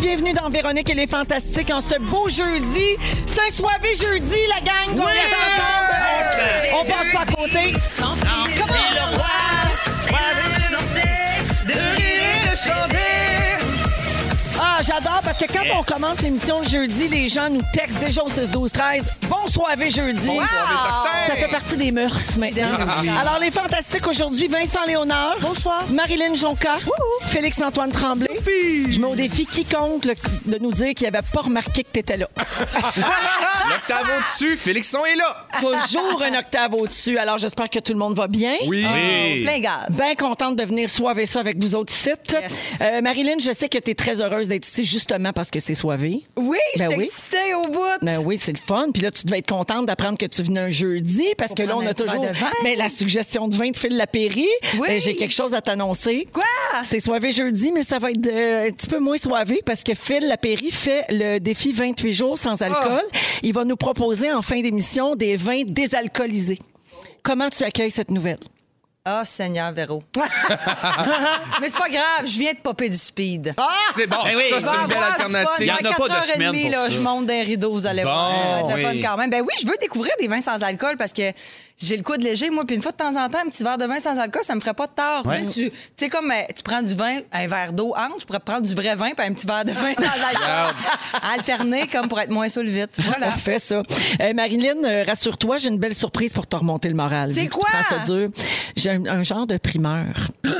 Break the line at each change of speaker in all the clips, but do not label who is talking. bienvenue dans Véronique et les Fantastiques en ce beau jeudi. Saint-Soivé jeudi, la gang, qu'on est ensemble. On, on passe pas à côté. Come on. Ah, j'adore parce que quand on commence l'émission le jeudi, les gens nous textent déjà au 6 12 13 Bon soirée jeudi. Ça fait partie des mœurs maintenant. Alors les fantastiques aujourd'hui Vincent Léonard. Bonsoir. Marilyn Jonca. Félix Antoine Tremblay. Je mets au défi quiconque le- de nous dire qu'il avait pas remarqué que tu étais là.
L'octave au-dessus, Félixon est là.
Toujours un octave au-dessus. Alors j'espère que tout le monde va bien.
Oui.
Plein gaz.
Bien contente de venir soiver ça avec vous autres ici.
Yes.
Euh, Marilyn, je sais que tu es très heureuse d'être ici justement parce que c'est soivé.
Oui, je
Ben
suis
oui.
excitée au bout.
Ben oui, c'est le fun. Puis là, tu devais être contente d'apprendre que tu venais un jeudi parce
Faut
que là, on
prendre
a
un petit
toujours
verre de vin.
Ben, la suggestion de vin de Phil Lapéry.
Oui.
Ben, J'ai quelque chose à t'annoncer.
Quoi?
C'est soivé jeudi, mais ça va être euh, un petit peu moins soivé parce que Phil Lapéry fait le défi 28 jours sans
Ah.
alcool. Il va nous proposer en fin d'émission des vins désalcoolisés. Comment tu accueilles cette nouvelle?
Ah, Seigneur Véro. Mais c'est pas grave, je viens de popper du speed.
C'est bon.
oui.
Je
ça, Eh
vais
c'est une
avoir
belle
du fun.
alternative.
Il y en a
Vers
pas de
4h30,
semaine pour
là,
ça.
Je monte d'un rideau, vous allez voir.
Bon,
Ça va être le
oui.
fun quand même. Ben oui, je veux découvrir des vins sans alcool parce que j'ai le coup de léger, moi. Puis une fois de temps en temps, un petit verre de vin sans alcool, ça me ferait pas de tort. Tu sais, Tu tu sais, comme euh, tu prends du vin, un verre d'eau entre, je pourrais prendre du vrai vin puis un petit verre de vin sans alcool. Alterner comme pour être moins saoul vite. Voilà.
On fait Ah, ça. Euh, Marilyn, euh, rassure-toi, j'ai une belle surprise pour te remonter le moral.
C'est
Vu que tu
quoi?
prends ça dur. J'ai un, un genre de primeur. tu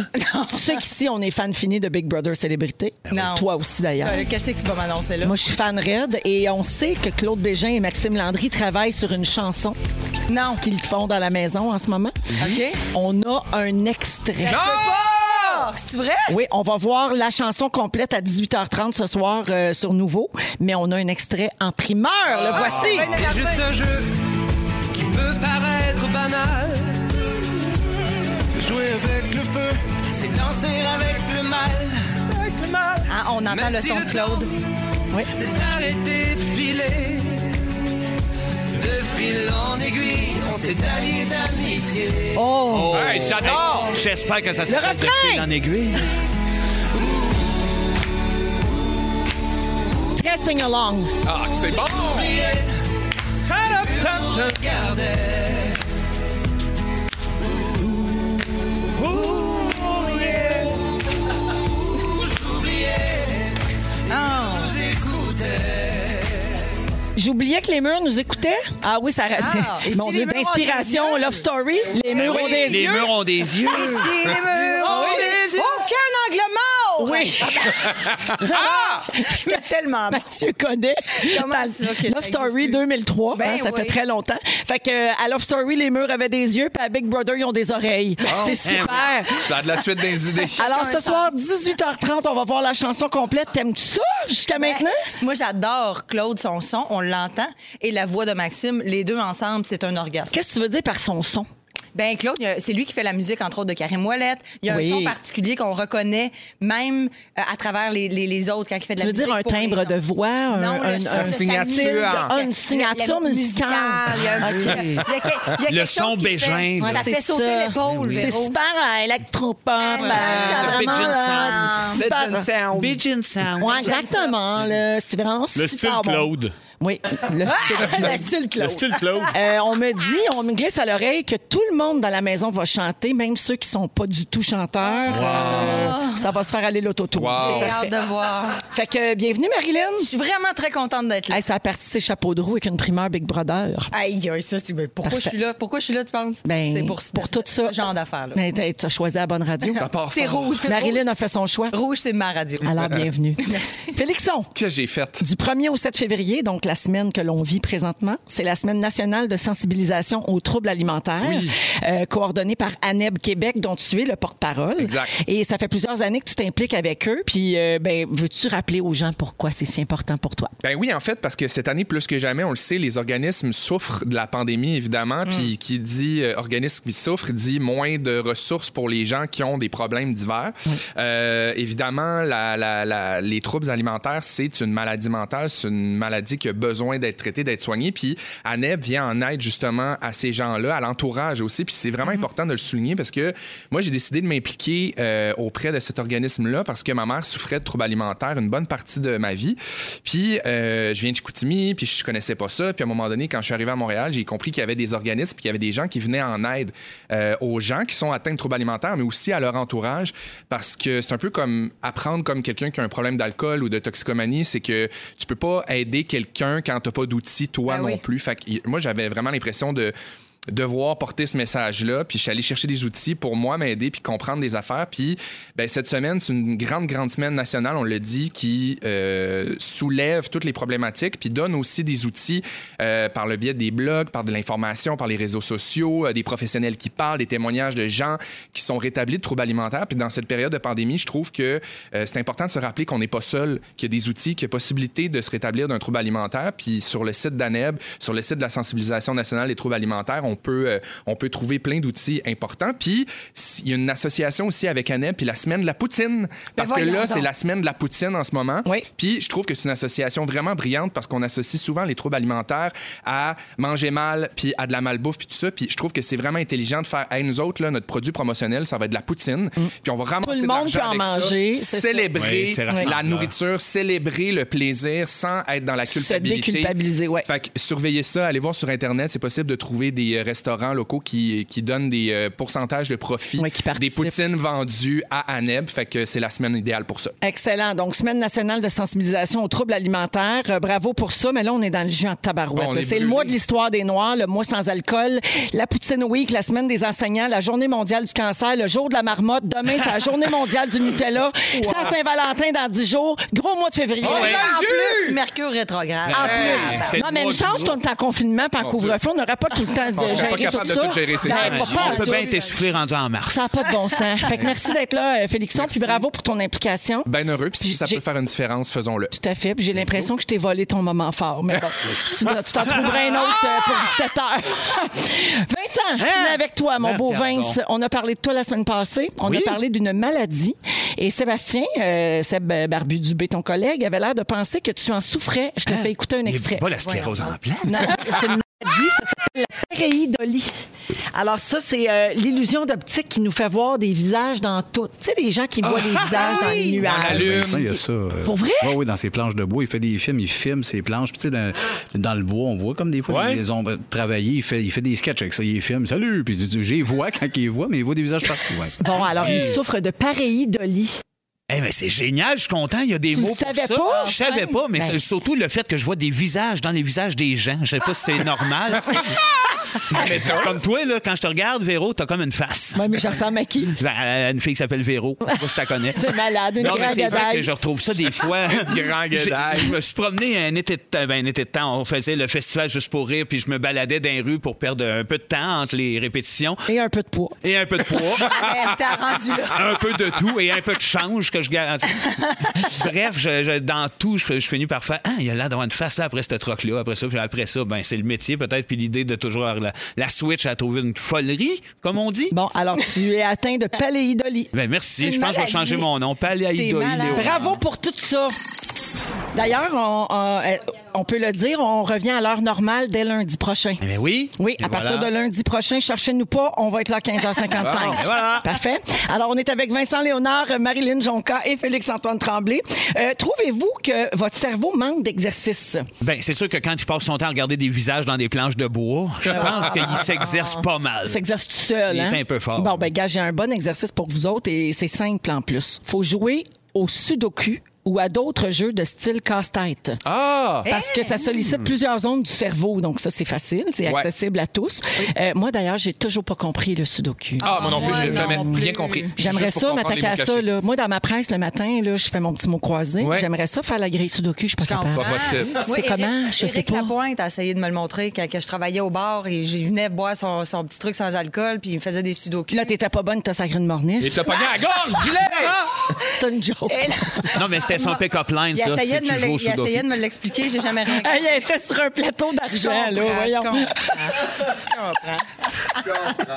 sais qu'ici, on est fan fini de Big Brother Célébrité.
Non.
Toi aussi, d'ailleurs.
Euh, Qu'est-ce que tu vas m'annoncer là?
Moi, je suis fan raide et on sait que Claude Bégin et Maxime Landry travaillent sur une chanson
Non.
qu'ils font dans la maison en ce moment.
OK.
On a un extrait.
Je peux pas! C'est vrai?
Oh.
Oui, on va voir la chanson complète à 18h30 ce soir euh, sur Nouveau, mais on a un extrait en primeur. Le voici.
Ben, la fin.
un jeu qui peut paraître banal. Jouer avec le feu, c'est danser avec le mal. Avec le mal.
Ah, on entend
Même
le
si
son de
le
Claude.
C'est arrêter de filer. De fil en aiguille, on s'est allié d'amitié.
Hey, j'adore! J'espère que ça se
Oh. Le
passe de
refrain!
fil en aiguille.
Très sing-along.
Ah, c'est bon.
J'oubliais que les murs nous écoutaient. Ah oui, ça
Ah, et
reste.
si
Mon
les
Dieu,
murs ont
d'inspiration,
des yeux? Eh
Love Story. Les murs ont des
les
yeux.
murs ont des yeux.
Ici, les
Oh,
murs.
Ah oui.
les- Aucun angle mort!
Oui,
C'était tellement bon.
Mathieu connaît.
Comment
Dans
ça que ça
Ben, Love Story
existe plus?
2003,
Ben
hein, ça
oui.
fait très longtemps. Fait que euh, à Love Story, les murs avaient des yeux, puis à Big Brother, ils ont des oreilles.
Oh,
C'est
ben
super.
Ça a de la suite des idées.
Alors
un
ce
sens.
soir, 18h30, on va voir la chanson complète. T'aimes-tu ça jusqu'à
Ben,
maintenant?
Moi, j'adore Claude, son son, on l'entend. Et la voix de Maxime, les deux ensemble, c'est un orgasme.
Qu'est-ce que tu veux dire par son son?
Ben, Claude, il y a- c'est lui qui fait la musique, entre autres, de Karim Ouellette. Il y a
Oui.
un son particulier qu'on reconnaît même euh, à travers les, les- les autres quand il fait de la
Tu veux
musique.
dire un
pour les
timbre
autres.
de voix, un-
Non, le
un-
son,
un-
ça
signature.
s'amuse.
Ah, une signature
La- la-
musicale. Ah,
Il y a un petit- il y a que- il y a
Le
quelque
son
chose qui fait-
Bégin, là.
Ça fait
C'est
sauter
ça.
l'épaule,
C'est
Véro. ben,
super euh, électropop. euh,
Le
vraiment,
pigeon
là,
sound.
c'est super-
Pigeon sound.
Ouais, exactement. là. C'est vraiment super
Le style
bon.
Claude.
Oui, le style Claude.
Le style
Le
Claude.
style Claude.
Euh, on me dit, on me glisse à l'oreille que tout le monde dans la maison va chanter, même ceux qui sont pas du tout chanteurs. Euh, ça va se faire aller l'autotour.
Wow.
J'ai hâte de voir.
Fait que euh, bienvenue Marilyn.
Je suis vraiment très contente d'être là.
Hey, ça a parti ses chapeaux de roue avec une primeur Big Brother.
Aïe, aïe, ça, c'est- mais pourquoi je suis là? Pourquoi je suis là, tu penses?
Ben,
c'est pour,
pour tout ça.
ce genre d'affaires. là.
Mais t'as- tu as choisi la bonne radio.
Ça part
C'est
fort.
rouge.
Marilyn Ah. a fait son choix.
Rouge, c'est ma radio.
Alors bienvenue.
Merci.
Félixon,
Que j'ai faite.
Du 1er au 7 février, donc la semaine que l'on vit présentement, c'est la semaine nationale de sensibilisation aux troubles alimentaires, euh, coordonnée par ANEB Québec, dont tu es le porte-parole.
Exact.
Et ça fait plusieurs années que tu t'impliques avec eux. Puis, euh, ben, veux-tu rappeler aux gens pourquoi c'est si important pour toi?
Ben oui, en fait, parce que cette année, plus que jamais, on le sait, les organismes souffrent de la pandémie, évidemment.
Mm.
Puis qui dit euh, organisme qui souffre, dit moins de ressources pour les gens qui ont des problèmes divers.
Mm.
Euh, évidemment, la- la- la- les troubles alimentaires, c'est une maladie mentale, c'est une maladie qui a besoin d'être traitée, d'être soignée. Puis ANEB vient en aide justement à ces gens-là, à l'entourage aussi aussi. Puis c'est
Mm-hmm.
vraiment important de le souligner parce que moi, j'ai décidé de m'impliquer euh, auprès de cet organisme-là parce que ma mère souffrait de troubles alimentaires une bonne partie de ma vie. Puis euh, je viens de Chicoutimi, puis je connaissais pas ça. Puis à un moment donné, quand je suis arrivé à Montréal, j'ai compris qu'il y avait des organismes, puis qu'il y avait des gens qui venaient en aide euh, aux gens qui sont atteints de troubles alimentaires, mais aussi à leur entourage parce que c'est un peu comme apprendre comme quelqu'un qui a un problème d'alcool ou de toxicomanie, c'est que tu peux pas aider quelqu'un quand t'as pas d'outils toi
Ben
non
oui.
plus. Fait que, moi, j'avais vraiment l'impression de devoir porter ce message-là, puis je suis allé chercher des outils pour moi m'aider puis comprendre des affaires, puis ben, cette semaine c'est une grande grande semaine nationale, on le dit, qui euh, soulève toutes les problématiques puis donne aussi des outils euh, par le biais des blogs, par de l'information, par les réseaux sociaux, euh, des professionnels qui parlent, des témoignages de gens qui sont rétablis de troubles alimentaires, puis dans cette période de pandémie, je trouve que euh, c'est important de se rappeler qu'on n'est pas seul, qu'il y a des outils, qu'il y a possibilité de se rétablir d'un trouble alimentaire. Puis sur le site d'ANEB, sur le site de la sensibilisation nationale des troubles alimentaires, on peut, euh, on peut trouver plein d'outils importants. Puis s- il y a une association aussi avec ANEB, puis la semaine de la poutine. Parce que
voyons
là,
donc.
c'est la semaine de la poutine en ce moment.
Oui.
Puis je trouve que c'est une association vraiment brillante parce qu'on associe souvent les troubles alimentaires à manger mal, puis à de la malbouffe, puis tout ça. Puis je trouve que c'est vraiment intelligent de faire, hey, nous autres, là, notre produit promotionnel, ça va être de la poutine. Puis on va
Mm.
ramasser
Tout le
de
monde
l'argent
peut en
avec ça,
manger, c'est ça.
célébrer
Oui, c'est
la
rassembleur.
nourriture, célébrer le plaisir sans être dans la
Se
culpabilité.
déculpabiliser, ouais.
Fait que surveillez ça, allez voir sur Internet, c'est possible de trouver des euh, restaurants locaux qui, qui donnent des euh, pourcentages de profit
Ouais, qui
des
participent.
poutines vendues à Aneb. Fait que c'est la semaine idéale pour ça.
Excellent. Donc, Semaine nationale de sensibilisation aux troubles alimentaires. Euh, bravo pour ça, mais là, on est dans le jus en tabarouette.
On
là.
est
C'est le
brûlés.
mois de l'histoire des Noirs, le mois sans alcool, la Poutine Week, la Semaine des enseignants, la Journée mondiale du cancer, le jour de la marmotte. Demain, c'est la Journée mondiale du Nutella. Saint-Saint-Valentin dans 10 jours. Gros mois de février.
Oh,
Et
ouais.
en
Jus!
plus, Mercure rétrograde.
En plus.
c'est
non, mais
le
une
mois
chance
du
qu'on est en confinement pas en
Mon
couvre-feu, on n'aurait pas tout le temps de
On serait pas
gérer
capable
tout
de
ça.
tout gérer, c'est
Ben,
ça.
pas
On peut
pantoute.
bien t'essouffler rendu en mars.
Ça n'a pas de bon sens. Fait que merci d'être là, euh, Félixon, puis bravo pour ton implication.
Ben heureux, puis si ça
j'ai-
peut faire une différence, faisons-le.
Tout à fait. Puis J'ai
Mhm.
l'impression que je t'ai volé ton moment fort. Mais bon, tu dois- tu t'en trouveras un autre euh, pour 17 heures. Vincent, je suis avec toi, mon
Ah,
beau
pardon.
Vince. On a parlé de toi la semaine passée. On
Oui.
a parlé d'une maladie. Et Sébastien, euh, Seb Barbu Dubé, ton collègue, avait l'air de penser que tu en souffrais. Je te fais écouter un
Hein? Il y
extrait.
a Pas la sclérose en plaques.
Non, c'est une maladie, ça s'appelle la pareidolie. Alors ça, c'est euh, l'illusion d'optique qui nous fait voir des visages dans tout. Tu sais, les gens qui
Ah,
voient des visages dans les nuages.
la lune.
Vincent, Ah, il y a ça. euh,
Pour vrai?
Oui, oui, dans ses planches de bois. Il fait des films, il filme ses planches. Puis, tu sais, dans, dans le bois, on voit comme des fois
Ouais.
les ombres travaillées. Il fait, il fait des sketchs avec ça. Il filme. Salut! Puis, tu- tu- j'y vois quand il les voit, mais il voit des visages partout. ouais, ça.
Bon, alors, il souffre de pareidolie.
Eh mais c'est génial, je suis content, il y a des
Tu le
mots pour
savais
ça.
pas?
je savais pas, mais
Ben.
c'est surtout le fait que je vois des visages dans les visages des gens. Je sais pas si c'est normal.
Ah,
Mais comme toi, là, quand je te regarde, Véro, t'as comme une face.
Moi, mais je ressemble à qui?
Ben, à Une fille qui s'appelle Véro. Je sais pas si t'as connais.
C'est malade, une
non, mais
grande
c'est vrai
guedaille.
que je retrouve ça des fois.
grande
J'ai-
guedaille.
Je me suis promené un été de temps. Ben, un été de temps. On faisait le festival juste pour rire, puis je me baladais dans les rues pour perdre un peu de temps entre les répétitions
Et un peu de poids.
et un peu de poids.
Elle t'a rendu là.
un peu de tout et un peu de change que je garantis. Bref, je- je- dans tout, je, je finis par faire Ah, il a l'air d'avoir une face là après ce troc-là. Après ça, puis après ça, ben, c'est le métier peut-être, puis l'idée de toujours avoir la, la switch à trouver une folerie, comme on dit.
Bon, alors, tu es atteint de paléidolie.
Ben, oh. merci,
C'est
je
une
pense que je vais
maladie.
changer mon nom.
T'es
Paléaïdoïde.
malade.
Bravo pour tout ça. D'ailleurs, on, on- euh, on peut le dire, on revient à l'heure normale dès lundi prochain.
Ben oui.
Oui,
Et
à partir
voilà.
de lundi prochain, cherchez-nous pas, on va être là à 15h55.
Bon, et voilà.
Parfait. Alors, on est avec Vincent Léonard, euh, Marilyn Jonca et Félix-Antoine Tremblay. Euh, Trouvez-vous que votre cerveau manque d'exercice?
Ben, c'est sûr que quand il passe son temps à regarder des visages dans des planches de bois, je
Ah.
pense qu'il s'exerce pas mal.
s'exerce tout seul.
Il est
hein?
un peu fort.
Bon, ben, gars, j'ai un bon exercice pour vous autres et c'est simple en plus. Faut jouer au sudoku ou à d'autres jeux de style casse-tête.
Ah!
Parce que ça sollicite plusieurs zones du cerveau, donc ça, c'est facile, c'est
Ouais.
accessible à tous. Euh, moi, d'ailleurs, j'ai toujours pas compris le sudoku.
Ah, moi non plus,
Moi
j'ai
non
jamais
plus.
bien compris.
J'aimerais
Juste pour
ça
comprendre les
m'attaquer à
mots
ça.
cachés.
Là. Moi, dans ma presse le matin, là, je fais mon petit mot croisé.
Ouais.
J'aimerais ça faire la grille sudoku, je suis pas capable.
Pas possible.
C'est comment? Je sais
Éric
pas.
Lapointe a essayé de me le montrer quand que je travaillais au bar et je venais boire son, son petit truc sans alcool puis il me faisait des sudokus.
Là, t'étais pas bonne, t'as sacré une
Et
mornif.
t'as pogné à la gorge, du lait!
C'est une joke.
Non, mais c'était son pick-up line,
Il,
ça.
essayait,
Si
de me
tu
le-
joues au
il essayait de
Sudoku.
me l'expliquer, j'ai jamais rien compris.
Hey, elle était sur un plateau
Je
d'argent,
comprends,
là,
je
voyons.
comprends. Je comprends.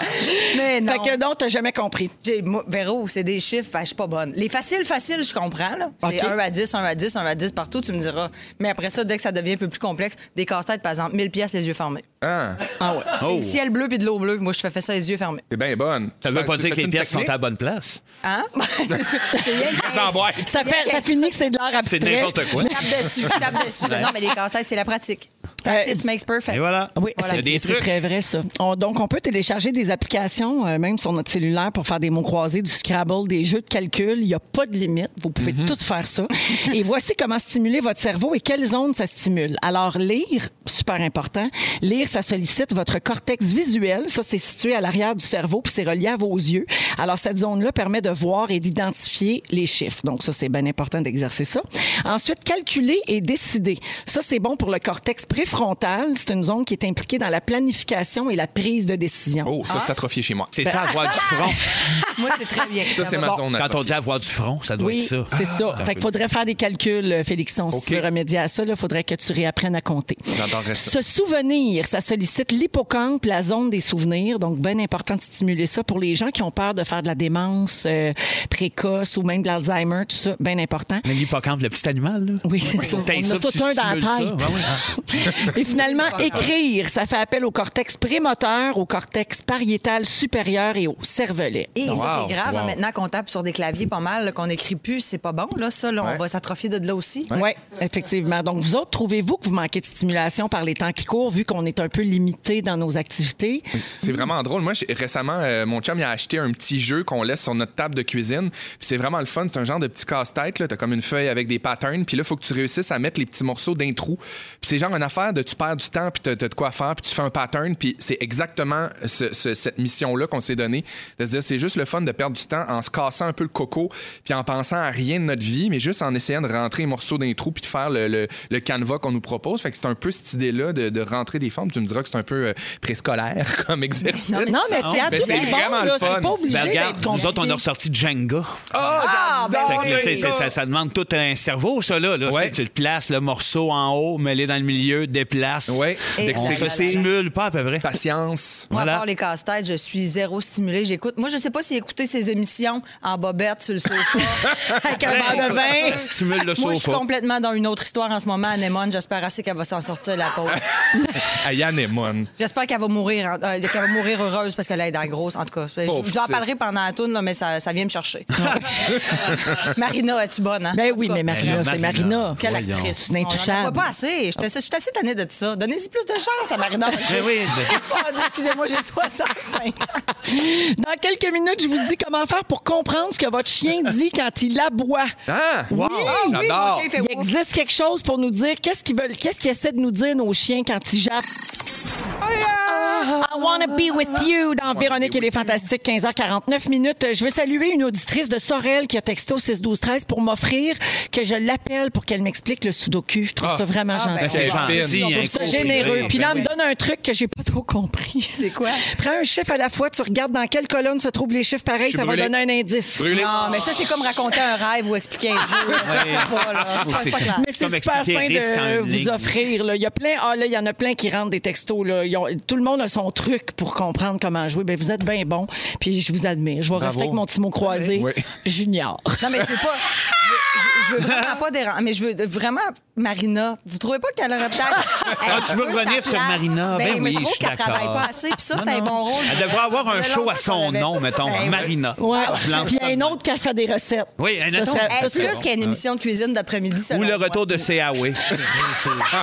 Mais non.
Fait que non, t'as jamais compris.
J'ai- moi, Véro, c'est des chiffres, fait, je suis pas bonne. Les faciles, faciles, je comprends. là. C'est
OK.
1 à 10, 1 à 10, 1 à 10 partout, tu me diras. Mais après ça, dès que ça devient un peu plus complexe, des casse-têtes, par exemple, 1000 pièces les yeux fermés.
Ah,
Ah ouais.
C'est ciel bleu puis de l'eau bleue. Moi, je te fais ça les yeux fermés.
c'est bien ben, bonne.
Ça veut pas dire que les pièces sont à la bonne place.
Hein? c'est c'est- c'est rien que-
en boîte.
Ça, fait, ça finit que c'est de l'art abstrait.
C'est n'importe quoi.
Je tape dessus, je tape dessus. Non, mais les casse-têtes, c'est la pratique. Practice makes perfect.
Et voilà.
Oui,
Voilà.
c'est-
Il y a des
c'est
trucs.
très vrai, ça. On- donc, on peut télécharger des applications, euh, même sur notre cellulaire, pour faire des mots croisés, du Scrabble, des jeux de calcul. Il n'y a pas de limite. Vous pouvez
Mhm.
tout faire ça. et voici comment stimuler votre cerveau et quelles zones ça stimule. Alors, lire, super important. Lire, ça sollicite votre cortex visuel. Ça, c'est situé à l'arrière du cerveau, puis c'est relié à vos yeux. Alors, cette zone-là permet de voir et d'identifier les chiffres. Donc, ça, c'est bien important d'exercer ça. Ensuite, calculer et décider. Ça, c'est bon pour le cortex préfrontal. C'est une zone qui est impliquée dans la planification et la prise de décision.
Oh, ça, c'est atrophié chez moi.
C'est ça, avoir du front.
Moi, c'est très bien.
Ça, c'est ma zone
Quand on
atrophiée.
dit avoir du front, ça doit
Oui,
être ça. Ah,
c'est ça. Fait qu'il faudrait faire des calculs, euh, Félixon.
OK.
Si tu veux remédier à ça, il faudrait que tu réapprennes à compter.
J'adorerais ça.
Se souvenir, ça sollicite l'hippocampe, la zone des souvenirs. Donc, bien important de stimuler ça pour les gens qui ont peur de faire de la démence euh, précoce ou même de l'Alzheimer, tout ça, bien important.
Mais L'hippocampe, le petit animal, là.
Oui, c'est ça.
T'as
On
ça,
a tout
tu
un dans la
stimules ça.
tête.
Ah oui, ah.
Et finalement, écrire, ça fait appel au cortex prémoteur, au cortex pariétal supérieur et au cervelet.
Et ça, c'est
Wow,
grave. hein,
wow.
Maintenant qu'on tape sur des claviers pas mal, là, qu'on n'écrit plus, c'est pas bon. Là, ça, là, on
Ouais.
va s'atrophier de là aussi.
Oui, effectivement. Donc, vous autres, trouvez-vous que vous manquez de stimulation par les temps qui courent, vu qu'on est un peu limité dans nos activités?
C'est vraiment drôle. Moi, j'ai- récemment, euh, mon chum il a acheté un petit jeu qu'on laisse sur notre table de cuisine. Puis c'est vraiment le fun. C'est un genre de petit casse-tête. là. T'as comme une feuille avec des patterns. Puis là, faut que tu réussisses à mettre les petits morceaux d'un trou. Puis c'est genre une affaire de tu perds du temps, puis t'as t'as de quoi faire, puis tu fais un pattern. Puis c'est exactement ce- ce- cette mission-là qu'on s'est donnée. C'est-à-dire, c'est juste le fun de perdre du temps en se cassant un peu le coco, puis en pensant à rien de notre vie, mais juste en essayant de rentrer un morceau d'un trou, puis de faire le, le- le canevas qu'on nous propose. Fait que c'est un peu cette idée-là de, de rentrer des formes. Tu me diras que c'est un peu euh, préscolaire comme exercice.
Non, mais-
Non, mais
Ah,
Théâtre,
mais
tout
c'est
est bon, là.
vraiment le fun.
C'est pas obligé
Ben,
d'être
regarde, nous autres, on a
compliqué.
ressorti Jenga.
Ah, ben
Fait que, tu sais, c'est- ça, ça demande tout un cerveau, ça, là. là.
Ouais.
Tu sais, Tu le places, le morceau en haut, mets-le dans le milieu, déplace.
Ouais.
Et
On se
Dextérité.
stimule pas, à peu près.
Patience.
Moi,
Voilà.
à part les casse-têtes, je suis zéro stimulée. J'écoute. Moi, je sais pas si écouter ces émissions en bobette sur le sofa. avec un
Ben,
verre de vin.
ça stimule le
Moi, je suis
sofa.
complètement dans une autre histoire en ce moment, Anémone. J'espère assez qu'elle va s'en sortir, la pauvre.
Ayanémone.
J'espère qu'elle va mourir, en- euh, qu'elle va mourir heureuse parce qu'elle est dans la grosse. En tout cas, je
Pauvre
vous en
petite.
parlerai pendant la toune, là, mais ça, ça vient me chercher. Euh, Marina, es-tu bonne? Hein?
Ben
En
oui,
tout cas,
mais Marina, c'est
Marina.
Marina.
Quelle actrice.
C'est une
On en
intouchable.
voit pas assez. Je suis assez- je suis assez tannée de tout ça. Donnez-y plus de chance à Marina.
Ben oui, ben-
Oh, Dieu, Excusez-moi, j'ai 65 ans.
Dans quelques minutes, je vous dis comment faire pour comprendre ce que votre chien dit quand il aboie.
Hein?
Ah!
Oui!
Ah oui, mon
J'adore.
chien fait
Il
ouf.
existe quelque chose pour nous dire qu'est-ce qu'ils veulent, qu'est-ce qu'ils essaient de nous dire nos chiens quand ils jappent. I wanna be with you dans Véronique et les Fantastiques, 15h49 minutes. Je veux saluer une auditrice de Sorel qui a texté au 6 12 13 pour m'offrir que je l'appelle pour qu'elle m'explique le sudoku. Je trouve ça vraiment gentil.
ben, c'est
bon.
gentil.
On
Je trouve ça généreux. Puis là, elle me donne un truc que j'ai pas trop compris.
C'est quoi?
Prends un chiffre à la fois, tu regardes dans quelle colonne se trouvent les chiffres pareils,
Je suis
ça
brûlé.
va donner un indice.
Brûlé.
Non, mais ça, c'est comme raconter un rêve ou expliquer un jeu. là. Ça, c'est pas, là. C'est pas- c'est pas clair.
Mais c'est
Comme
super fin
expliquer risque en
de
ligne.
vous offrir. là. Il y a plein, ah là, il y en a plein qui rentrent des textos. Là. Ils ont- tout le monde a son truc pour comprendre comment jouer. Ben, vous êtes bien bon. Puis je vous admire. Je vais rester avec mon petit mot croisé.
Oui.
Junior.
Non, mais je veux pas. Je veux, je- je veux vraiment pas déranger. Mais je veux vraiment. Marina, vous trouvez pas qu'elle aurait peut-être.
Ah, tu veux
un peu
revenir
sa
sur
place?
Marina? Ben
mais
oui,
je trouve
je suis
qu'elle travaille
d'accord.
pas assez. Puis ça, c'est
Non,
un
non.
bon rôle.
Elle devrait avoir
Ça
un
faisait
show à
longtemps qu'on
son
l'avait
nom,
pas.
mettons.
Ben oui.
Marina. Ah,
Ouais.
Je lance
Puis il y
ça
a
de
un
même.
autre qui a fait des recettes.
Oui, un
Ça
autre.
serait-
Eh,
ça serait
plus
bon.
qu'il y a une émission de cuisine d'après-midi.
Ou
selon
le
moi.
retour de CAW.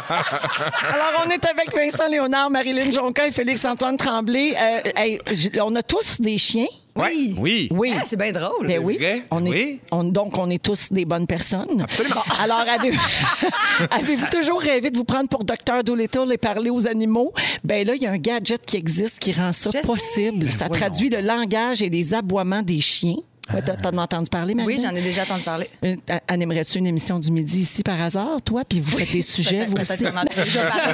Alors, on est avec Vincent Léonard, Marilyn Jonca et Félix-Antoine Tremblay. Euh, hey, j- on a tous des chiens.
Oui.
Oui.
Oui.
Ah, c'est bien drôle.
Ben oui.
vrai?
On est,
Oui.
on- donc, on est tous des bonnes personnes. Absolument. Alors, avez- avez-vous toujours rêvé de vous prendre pour Docteur Doolittle et parler aux animaux? Ben là, il y a un gadget qui existe qui rend ça
Je sais.
possible. Ça traduit le langage et les aboiements des chiens. Ouais, t'as- T'en as entendu parler,
Oui,
Marie?
j'en ai déjà entendu parler.
Anne, aimerais-tu une émission du midi ici par hasard, toi? Puis vous faites des sujets, vous
Peut-être
aussi.
qu'on en a déjà parlé.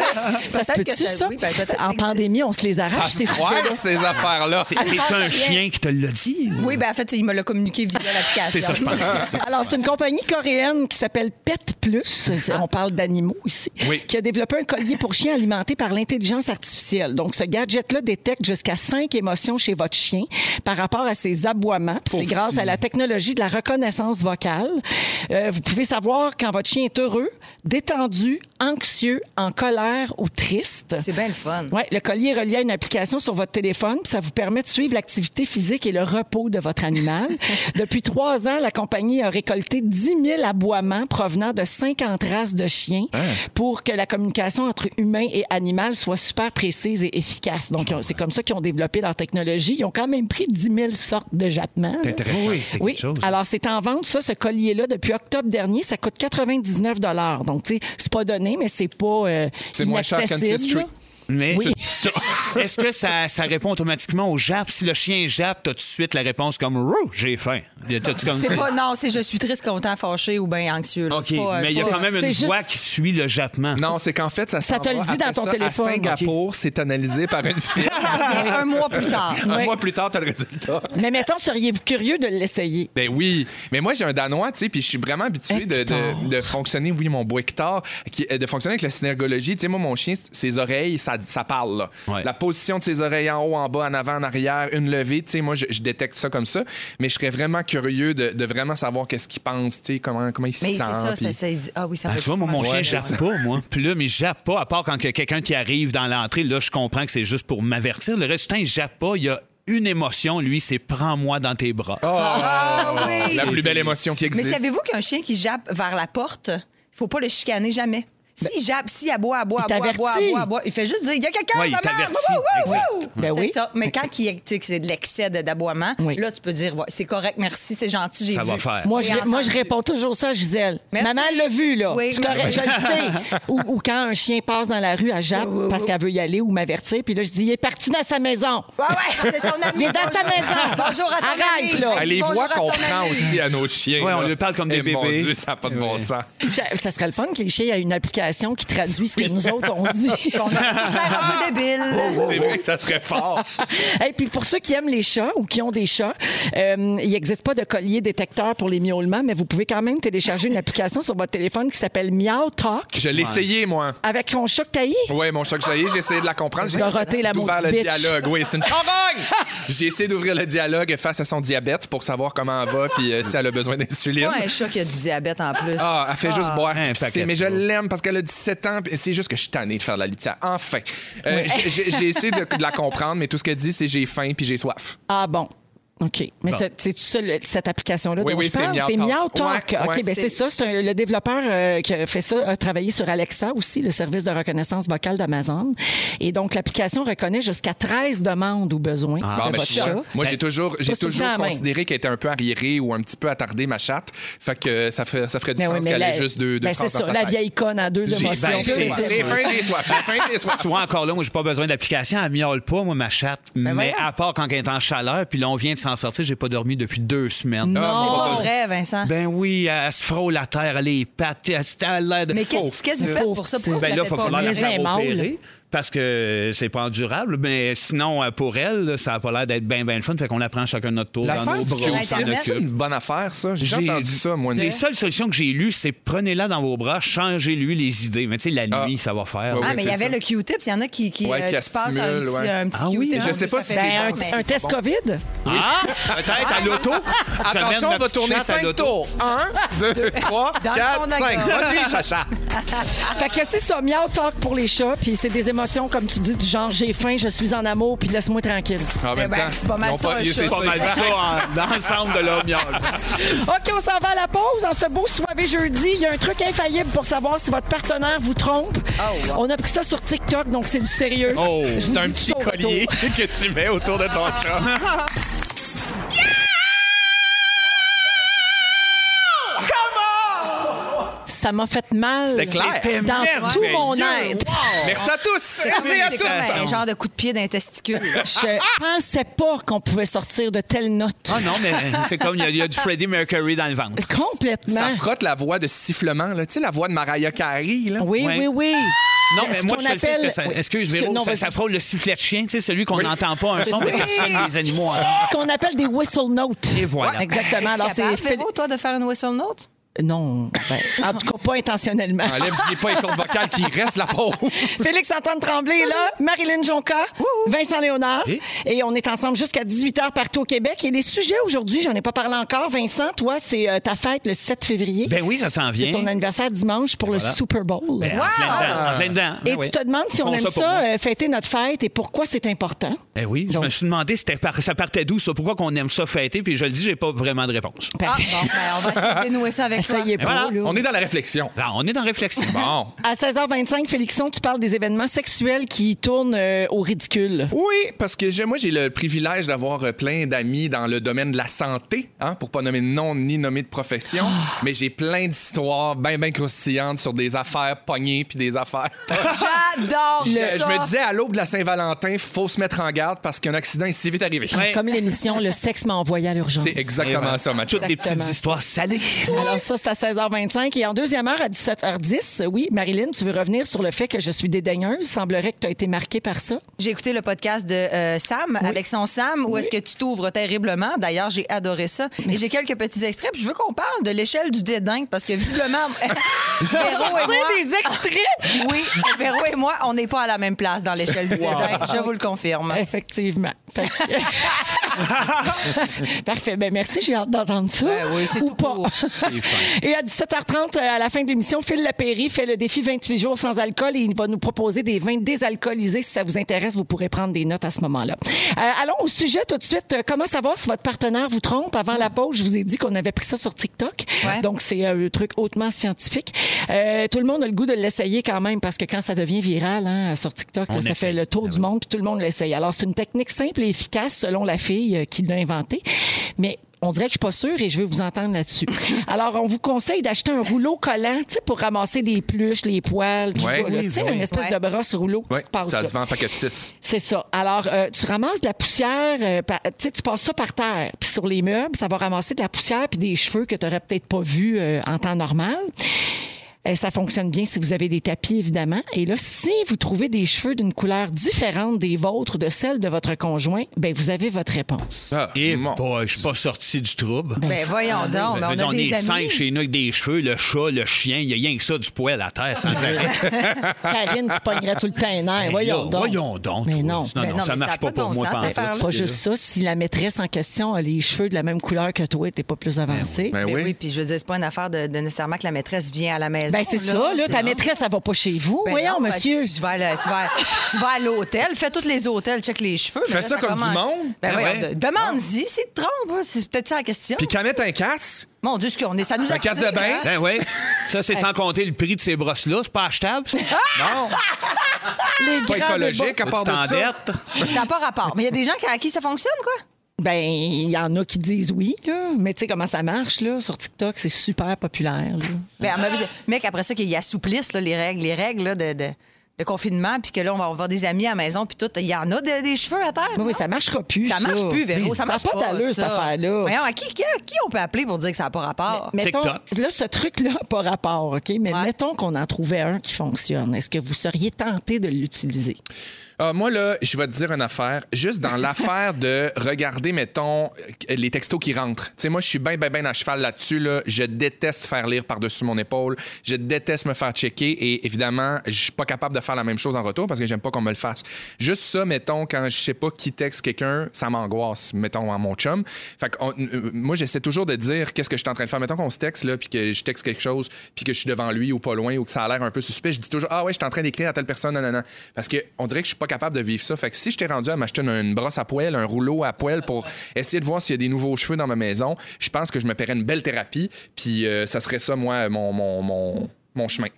Ça se
Peut-être que
peut-tu, ça?
oui, ben, peut-être que ça
en
existe.
pandémie, on se les arrache, ces sujets-là.
Ah, Ouais, ces affaires-là.
Ah,
C'est- C'est un chien qui te l'a dit.
Oui, ben en fait, il me l'a communiqué via l'application.
C'est ça, je pense.
Alors, c'est une compagnie coréenne qui s'appelle Pet Plus. On parle d'animaux ici.
Oui.
Qui a développé un collier pour chiens alimenté par l'intelligence artificielle. Donc, ce gadget-là détecte jusqu'à cinq émotions chez votre chien par rapport à ses aboiements. Puis C'est grâce grâce à la technologie de la reconnaissance vocale. Euh, vous pouvez savoir quand votre chien est heureux, détendu, anxieux, en colère ou triste.
C'est bien le fun.
Ouais, le collier est relié à une application sur votre téléphone. puis Ça vous permet de suivre l'activité physique et le repos de votre animal. Depuis trois ans, la compagnie a récolté 10 000 aboiements provenant de 50 races de chiens pour que la communication entre humains et animal soit super précise et efficace. Donc, ils ont- c'est comme ça qu'ils ont développé leur technologie. Ils ont quand même pris 10 000 sortes de jappements. là.
Intéressant. Oui, c'est
Oui, alors c'est en vente, ça, ce collier-là, depuis octobre dernier, ça coûte 99 Donc, tu sais, c'est pas donné, mais c'est pas euh,
C'est moins cher
inaccessible,
qu'Ancestry.
là.
Mais
Oui.
est-ce que ça, ça répond automatiquement au jappe? Si le chien jappe, t'as tout de suite la réponse comme Rouh, j'ai faim. T'as-tu comme
C'est
ça?
pas, non, c'est je suis triste, content, fâché ou bien anxieux. là.
OK,
C'est pas, euh,
mais
c'est
il y a
pas-
quand même une
c'est
voix
juste-
qui suit le jappement.
Non, c'est qu'en fait, ça,
Ça
s'en
te le
va
dit dans
après
ton
ça,
téléphone.
À Singapour, c'est analysé par une fille.
Ça vient un mois plus tard.
Un
Oui.
mois plus tard, t'as le résultat.
Mais mettons, seriez-vous curieux de l'essayer?
Ben oui, mais moi j'ai un Danois, tu sais, puis je suis vraiment habitué de, de, de fonctionner, oui, mon bois Hector, qui, euh, de fonctionner avec la synergologie. Tu sais, moi, mon chien, c- ses oreilles, ça, ça parle. là.
Ouais.
La position de ses oreilles en haut, en bas, en avant, en arrière, une levée, tu sais, moi, je, je détecte ça comme ça, mais je serais vraiment curieux de, de vraiment savoir qu'est-ce qu'il pense, tu sais, comment, comment il se
Mais c'est
sent.
ça,
puis-
ça, ça, il dit- Ah oui, ça
Ah,
fait
tu vois, moi, mon chien jappe pas, moi. Plume, il jappe pas, à part quand que quelqu'un qui arrive dans l'entrée, là, je comprends que c'est juste pour m'avertir. Le reste du temps, il jappe pas, il y a une émotion, lui, c'est prends-moi dans tes bras.
Ah oui!
La plus belle émotion qui
Mais
existe.
savez-vous qu'un chien qui jappe vers la porte, il faut pas le chicaner jamais.
Ben,
S'il jappe, s'il aboie, aboie,
Il
aboie, aboie,
t'avertit.
aboie, aboie, il fait juste dire, il y a quelqu'un,
Ouais, il
maman!
t'avertit.
Wouh, wouh, wouh,
Exact.
wouh.
Ben
C'est
oui.
ça. Mais quand il, tu sais, que c'est de l'excès de- d'aboiement,
Oui.
là, tu peux dire, ouais, c'est correct, merci, c'est gentil, j'ai
Ça
vu.
va faire.
Moi
J'ai
je, moi, je
entendu.
réponds toujours ça à Gisèle.
Merci.
Maman l'a vu, là.
Oui,
C'est correct,
oui.
je le sais. Ou, ou quand un chien passe dans la rue à Jacques parce qu'elle veut y aller ou m'avertir, puis là, je dis, il est parti dans sa maison.
Ouais, ouais, c'est son ami.
Il est dans sa maison.
Bonjour à ton
Arrête,
ami.
là.
Ah, les
Bonjour
voix
à son
qu'on
ami.
prend aussi à nos chiens.
Ouais, on
là.
lui parle comme des
Eh, Mon
bébés.
Dieu, ça n'a pas de bon sens.
Je- Ça serait le fun que les chiens aient une application qui traduit ce que nous autres on dit.
On aurait tout l'air un peu débile.
C'est vrai que ça serait fort.
Et puis pour ceux qui aiment les chats ou qui ont des chats, euh, il n'existe pas de collier détecteur pour les miaulements, mais vous pouvez quand même télécharger une application sur votre téléphone qui s'appelle Miau Talk
Je l'ai essayé, moi.
avec ton chat que t'as eu.
Ouais, mon choc jaillit, j'ai essayé de la comprendre. J'ai
Dorothée, la
d'ouvrir le
maudite bitch.
dialogue. Oui, c'est une charogne! j'ai essayé d'ouvrir le dialogue face à son diabète pour savoir comment elle va puis euh, si elle a besoin d'insuline.
Pas un chat qui a du diabète en plus.
Ah, elle fait juste boire. puis
Un paquet
c'est-
de
mais je
fois.
l'aime parce qu'elle a 17 ans. puis C'est juste que je suis tanné de faire de la litière. Enfin. Euh, j'ai- j'ai j'ai essayé de, de la comprendre, mais tout ce qu'elle dit, c'est j'ai faim puis j'ai soif.
Ah bon. OK. Mais c'est- c'est-tu ça, le- cette application-là
Oui,
dont
oui,
je
c'est
parle?
Meow
C'est
Talk.
Miau Talk.
Ouais,
OK, ben
ouais,
c'est
c'est-
ça. C'est un- le développeur euh, qui a fait ça a travaillé sur Alexa aussi, le service de reconnaissance vocale d'Amazon. Et donc, l'application reconnaît jusqu'à 13 demandes ou besoins
Bon,
de
ben,
votre
je suis
chat.
là. Moi, j'ai toujours, j'ai
c'est tout le
toujours
temps la même.
considéré qu'elle était un peu arriérée ou un petit peu attardée, ma chatte. Fait que euh, ça, fait, ça ferait du
Ben oui,
sens
mais
qu'elle
la-
ait juste deux, deux
ben, c'est
phrases dans
ça,
sa
la
tête.
vieille conne à deux
J'ai-
émotions.
ben,
J'ai
c'est-
j'ai faim, j'ai soif. J'ai faim, j'ai soif.
Tu vois, encore là, moi, j'ai pas besoin d'application. Elle miaule pas, moi, ma chatte. mais
Ben voyons.
à part quand elle est en chaleur, puis là, on vient de s'en sortir, j'ai pas dormi depuis deux semaines.
C'est pas
mon Dieu.
vrai, Vincent.
Ben oui, elle, elle se frôle la terre, elle a les pattes, puis elle elle a l'air de.
Mais qu'est-ce qu'est-ce que vous faites pour ça? Pourquoi vous
Ben
Ben là,
l'avez
faut
pas
falloir la
oublié?
oublié?
Les
faire
mâles.
opérer parce que c'est pas endurable, mais sinon, euh, pour elle, là, ça a pas l'air d'être bien, bien le fun. Fait qu'on la prend chacun de notre tour
La
dans
femme
nos
du
bras,
chien,
on s'en
c'est
C'est
occupe.
une bonne affaire, ça. J'ai
J'ai-
entendu ça, moi. une
Les
fois.
seules solutions que j'ai lues, c'est prenez-la dans vos bras, changez-lui les idées. Mais tu sais, la
Ah.
nuit, ça va faire.
Ouais,
Ah,
là.
ouais,
mais il y
c'est
avait
ça.
le Q-tips. Il y en a qui, qui,
Ouais, qui
euh, tu passes un
assimile,
petit,
ouais.
un petit
Ah oui,
Q-tip.
je sais
Ça
pas
fait
si-
des
Ben,
bons, mais-
un, un test COVID?
Ah! Peut-être à l'auto. J'amène
Attention,
ma
on va
petite
tourner
chatte à
5
l'auto.
tours. 1, 2, 3,
Dans le fond
4,
d'un
5.
gars.
Vas-y, chacha. Ah.
Fait que c'est ça, miau talk pour les chats, puis c'est des émotions, comme tu dis, du genre j'ai faim, je suis en amour, puis laisse-moi tranquille.
En
même Eh ben, temps, c'est pas mal ils ont ça, pas- un c'est
C'est
chat.
pas
Pas mal ça en- dans l'ensemble de leur miaule.
OK, on s'en va à la pause. En ce beau soirée jeudi, il y a un truc infaillible pour savoir si votre partenaire vous trompe.
Oh, wow.
On a pris ça sur TikTok, donc c'est du sérieux.
Oh,
Je vous
C'est un
dis
petit
tout au retour.
collier que tu mets autour de ton chat.
Ça m'a fait mal. C'était
clair.
Dans tout mon être.
Merci à tous.
C'est comme-
Merci à
c'est comme un
tous.
genre de coup de pied d'un testicule.
Je pensais pas qu'on pouvait sortir de telles notes.
Ah non, mais c'est comme il y a- il y, a du Freddie Mercury dans le ventre.
Complètement.
Hein?
Ça frotte la voix de sifflement, là. Tu sais, la voix de Mariah Carey, là.
Oui, oui,
Ouais.
oui.
Non, mais
Ce
moi,
qu'on
je sais ce que
appelle-
ça.
Oui.
Excuse,
Ce que-
Véro,
non,
ça,
vas-y.
ça frôle le sifflet de chien, tu sais, celui qu'on n'entend pas un son, mais qui sonne les animaux en
Ce qu'on appelle des whistle notes.
Et voilà.
Exactement. Alors,
Capable,
c'est.
Véro, toi, de faire une whistle note?
Non, ben, en tout cas, pas intentionnellement.
Enlève-y pas les cordes vocales qui restent la pauvre.
Félix-Antoine Tremblay est là, Marilyn Jonca, Vincent Léonard.
Oui.
Et on est ensemble jusqu'à 18h partout au Québec. Et les sujets aujourd'hui, j'en ai pas parlé encore. Vincent, toi, c'est euh, ta fête le 7 février.
Ben oui, ça s'en vient.
C'est ton anniversaire dimanche pour le Super Bowl.
Ben, En plein dedans. En plein dedans.
Et tu
Ben oui.
te demandes si
Ils
on
font
aime
ça
ça,
pour moi.
euh, fêter notre fête et pourquoi c'est important.
Eh oui, je
Donc-
me suis demandé c'était par- ça partait d'où ça, pourquoi qu'on aime ça fêter, puis je le dis, j'ai pas vraiment de réponse.
Ah,
Parfait.
bon, ben, on va essayer de dénouer ça avec toi.
Essayez pas,
Ben voilà,
là.
On est dans la réflexion.
Là, Ben, on est dans réflexion.
Bon.
À 16h25, Félixon, tu parles des événements sexuels qui tournent euh, au ridicule.
Oui, parce que j'ai- moi, j'ai le privilège d'avoir euh, plein d'amis dans le domaine de la santé, hein, pour pas nommer de nom ni nommer de profession, mais j'ai plein d'histoires bien, bien croustillantes sur des affaires pognées puis des affaires.
J'adore ça.
Je, je me disais, à l'aube de la Saint-Valentin, faut se mettre en garde parce qu'un accident est si vite arrivé.
Ouais.
Comme l'émission Le sexe m'a envoyé à l'urgence.
C'est exactement ça, Mathieu.
Toutes des petites
Exactement.
histoires salées.
Alors ça, c'est à 16h25. Et en deuxième heure, à 17h10, oui, Marilyn, tu veux revenir sur le fait que je suis dédaigneuse. Il semblerait que tu as été marquée par ça.
J'ai écouté le podcast de euh, Sam avec son Sam où est-ce que tu t'ouvres terriblement. D'ailleurs, j'ai adoré ça. Et j'ai quelques petits extraits. Puis je veux qu'on parle de l'échelle du dédain parce que visiblement, Véro et moi,
C'est des extraits!
oui, Véro et moi, on n'est pas à la même place dans l'échelle du dédain. Je vous le confirme.
Eh. Effectivement. Fait que- Parfait. Ben merci, j'ai hâte d'entendre ça.
Ben oui, c'est
Ou
tout
pas.
court.
Et à 17h30, euh, à la fin de l'émission, Phil Lapéry fait le défi 28 jours sans alcool et il va nous proposer des vins désalcoolisés. Si ça vous intéresse, vous pourrez prendre des notes à ce moment-là. Euh, allons au sujet tout de suite. Euh, Comment savoir si votre partenaire vous trompe? Avant la pause, je vous ai dit qu'on avait pris ça sur TikTok.
Ouais.
Donc, c'est euh, un truc hautement scientifique. Euh, tout le monde a le goût de l'essayer quand même parce que quand ça devient viral hein, sur TikTok, là, ça fait
essaye.
le
Ben
tour du monde puis tout le monde l'essaye. Alors, c'est une technique simple et efficace selon la fille euh, qui l'a inventée. Mais on dirait que je suis pas sûre et je veux vous entendre là-dessus. Alors, on vous conseille d'acheter un rouleau collant, tu sais, pour ramasser les pluches, les poils, tout
Ouais.
ça. là. tu sais, une espèce
Ouais.
de brosse rouleau que
Ouais,
tu te passes
ça
là.
se vend en paquet de 6.
C'est ça. Alors, euh, tu ramasses de la poussière, euh, par- tu sais, tu passes ça par terre, puis sur les meubles, ça va ramasser de la poussière puis des cheveux que tu n'aurais peut-être pas vus euh, en temps normal. Euh, ça fonctionne bien si vous avez des tapis, évidemment. Et là, si vous trouvez des cheveux d'une couleur différente des vôtres, de celle de votre conjoint, ben vous avez votre réponse.
Ah,
Et boy, je suis pas sorti du trouble.
Ben voyons donc, mais
Je veux
on
dire,
a
on
des
est cinq
amis.
chez nous avec des cheveux, le chat, le chien, il y a rien que ça du poil à terre sans arrêt.
Karine qui pognerait tout le temps un air.
Ben
Voyons
là,
donc.
Voyons donc.
Mais
toi.
non.
Non,
Ben
non,
non,
ça
mais
marche
ça a pas
pas
de
pour
bon
moi.
sens,
pas en
cette
tout.
affaire-là.
Pas juste ça, si la maîtresse en question a les cheveux de la même couleur que toi, t'es pas plus avancé.
Ben
Ben
oui.
oui, puis je veux dire, c'est pas une affaire de, de nécessairement que la maîtresse vient à la maison.
Ben c'est ça, là, ta maîtresse, elle va pas chez vous.
Ben
Voyons,
non, ben,
monsieur.
tu, tu vas à la- tu vas à- tu vas à l'hôtel, fais tous les hôtels, check les cheveux. mais
Fais
là,
ça comme du
commence-
monde.
Ben
Ah
voyons, de-
ouais.
demande-y s'il te trompe. hein, C'est peut-être ça la question.
Puis qu'à mettre un casque,
Mon Dieu, ce qu'on est, ça nous
un casque de bain,
Ben oui. Ça, c'est sans compter le prix de ces brosses-là. C'est pas achetable, ça.
non, c'est pas
Ah,
écologique à
Tu
part de ça.
t'endettes.
hein? Ça n'a pas rapport. Mais il y a des gens qui- à qui ça fonctionne, quoi.
Ben, il y en a qui disent oui, là. Mais tu sais comment ça marche, là, sur TikTok, c'est super populaire. là.
Ben, à ma vie, mec, après ça, qu'ils assouplissent là, les règles, les règles là, de, de- de confinement, puis que là, on va avoir des amis à la maison, puis tout. Il y en a de- des cheveux à terre.
Oui, oui,
non?
ça marchera plus.
Ça marche plus, Véro.
Oui,
Ça
a
marche
pas d'allure, cette
ça.
affaire-là.
Voyons, à qui, qui, à qui on peut appeler pour dire que ça n'a pas rapport?
Mettons,
TikTok.
là, ce truc-là, a pas rapport, OK? Mais
Ouais.
mettons qu'on en trouvait un qui fonctionne. Est-ce que vous seriez tenté de l'utiliser?
Ah, moi, là, je vais te dire une affaire. Juste dans l'affaire de regarder, mettons, euh, les textos qui rentrent. Tu sais, moi, je suis bien, bien, bien à cheval là-dessus. Là. Je déteste faire lire par-dessus mon épaule. Je déteste me faire checker. Et évidemment, je suis pas capable de faire la même chose en retour parce que j'aime pas qu'on me le fasse. Juste ça, mettons, quand je sais pas qui texte quelqu'un, ça m'angoisse, mettons, à mon chum. Fait que, on- euh, moi, j'essaie toujours de dire qu'est-ce que je suis en train de faire. Mettons qu'on se texte, là, puis que je texte quelque chose, puis que je suis devant lui ou pas loin, ou que ça a l'air un peu suspect. Je dis toujours, ah ouais, je suis en train d'écrire à telle personne, non, non, non. Parce que on dirait que je suis pas capable de vivre ça. Fait que si je t'ai rendu à m'acheter une, une brosse à poêle, un rouleau à poêle pour essayer de voir s'il y a des nouveaux cheveux dans ma maison, je pense que je me paierais une belle thérapie, puis euh, ça serait ça, moi, mon, mon, mon, mon chemin.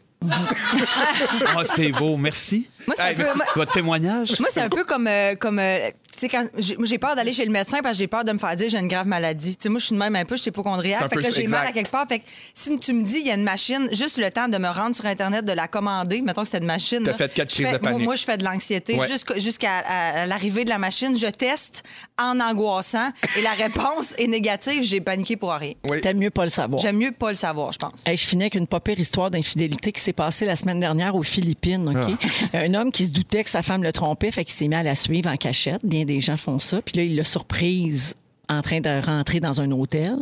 Ah, c'est beau. Merci.
Moi, c'est un
Hey,
peu-
merci.
moi-
Votre témoignage.
Moi, c'est un peu comme. euh, comme euh, tu sais, quand j'ai moi, j'ai peur d'aller chez le médecin parce que j'ai peur de me faire dire que j'ai une grave maladie. Tu sais, moi, je suis de même un peu, je suis
C'est un
hypocondriaque. Fait
peu
que là, j'ai
exact.
mal à quelque part. Fait que si tu me dis, il y a une machine, juste le temps de me rendre sur Internet, de la commander, mettons que c'est une machine.
T'as
là,
fait quatre
je
crises
fais-
de panique.
Moi, moi, je fais de l'anxiété
Ouais.
jusqu'à jusqu'à, à l'arrivée de la machine. Je teste en angoissant et la réponse est négative. J'ai paniqué pour rien.
Oui.
T'aimes mieux pas le savoir.
J'aime mieux pas le savoir, je pense.
Hey, je finis avec une pas pire histoire d'infidélité qui s'est passée la semaine dernière aux Philippines. OK? Un homme qui se doutait que sa femme le trompait, fait qu'il s'est mis à la suivre en cachette. Bien des gens font ça. Puis là, il l'a surprise en train de rentrer dans un hôtel.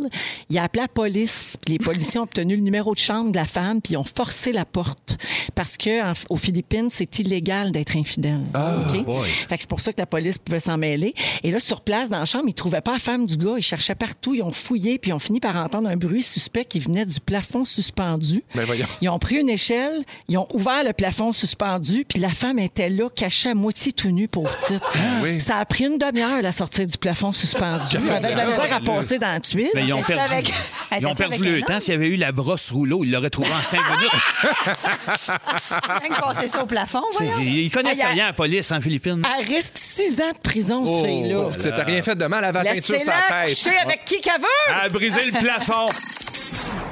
Il a appelé la police, puis les policiers ont obtenu le numéro de chambre de la femme, puis ils ont forcé la porte. Parce que en- aux Philippines, c'est illégal d'être infidèle.
Ah,
OK? Fait que c'est pour ça que la police pouvait s'en mêler. Et là, sur place, dans la chambre, ils trouvaient pas la femme du gars. Ils cherchaient partout, ils ont fouillé, puis ils ont fini par entendre un bruit suspect qui venait du plafond suspendu.
Ben voyons.
Ils ont pris une échelle, ils ont ouvert le plafond suspendu, puis la femme était là, cachée à moitié tout nue pour titre.
Ah, oui.
Ça a pris une demi-heure la sortie du plafond suspendu.
fait
Avec la
ça?
misère à passer dans la tuile.
Mais Ben, ils ont
Était-tu
perdu,
avec-
ils ont
était-tu
perdu
avec
le
un
temps.
homme?
S'il y avait eu la brosse rouleau, ils l'auraient trouvé en cinq
Ah,
minutes.
Rien que passer ça au plafond, voyons.
Ils
Ah,
connaissent
il y a- Ah,
rien à la police en Philippines.
Elle risque six ans de prison,
Oh,
ce fille-là.
Tu t'as rien fait de mal à la teinture sur
Laissez-la
la tête.
coucher avec qui qu'elle veut!
À briser le plafond.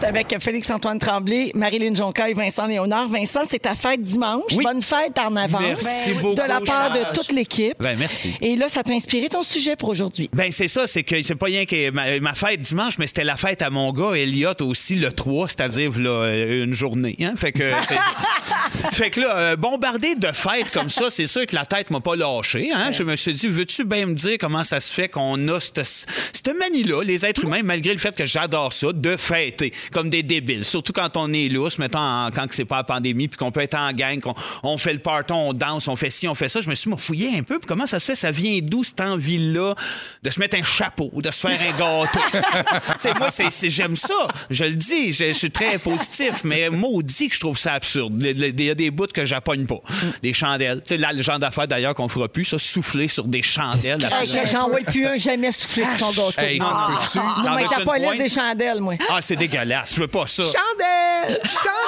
Avec Félix-Antoine Tremblay, Marilyn Jonca et Vincent Léonard. Vincent, c'est ta fête dimanche.
Oui.
Bonne fête en avance.
Merci
Ben, de
beaucoup,
la part
Charles.
de toute l'équipe.
Ben, merci.
Et là, ça t'a inspiré ton sujet pour aujourd'hui.
Ben c'est ça, c'est que c'est pas rien que ma, ma fête dimanche, mais c'était la fête à mon gars Elliot aussi le 3, c'est-à-dire là, euh, une journée. Hein? Fait que c'est- fait que là, euh, bombardé de fêtes comme ça, c'est sûr que la tête m'a pas lâché. Hein? Je me suis dit, veux-tu bien me dire comment ça se fait qu'on a cette, cette manie-là, les êtres humains, malgré le fait que j'adore ça, de fêter comme des débiles. Surtout quand on est lousse, mettons en- quand que c'est pas la pandémie, puis qu'on peut être en gang, qu'on on fait le parton, on danse, on fait ci, on fait ça. Je me suis dit, M'a fouillé un peu, puis comment ça se fait, ça vient d'où cette envie-là de se mettre un chapeau, de se faire un gâteau. Tu sais, moi, c'est- c'est- j'aime ça, je le dis, je, je suis très positif, mais maudit que je trouve ça absurde. Le- le- Il y a des bouts que j'appogne pas. Des chandelles. Tu sais, là, le genre d'affaires d'ailleurs qu'on fera plus, ça, souffler sur des chandelles.
Hey, que J'en vois Ah, plus un jamais souffler sur son gâteau.
Hey, ça se
Ah.
peut-tu?
Moi,
T'en
avec
veux-tu
la
une
police
pointe?
des chandelles, moi.
Ah, c'est dégueulasse, je veux pas ça.
Chandelle!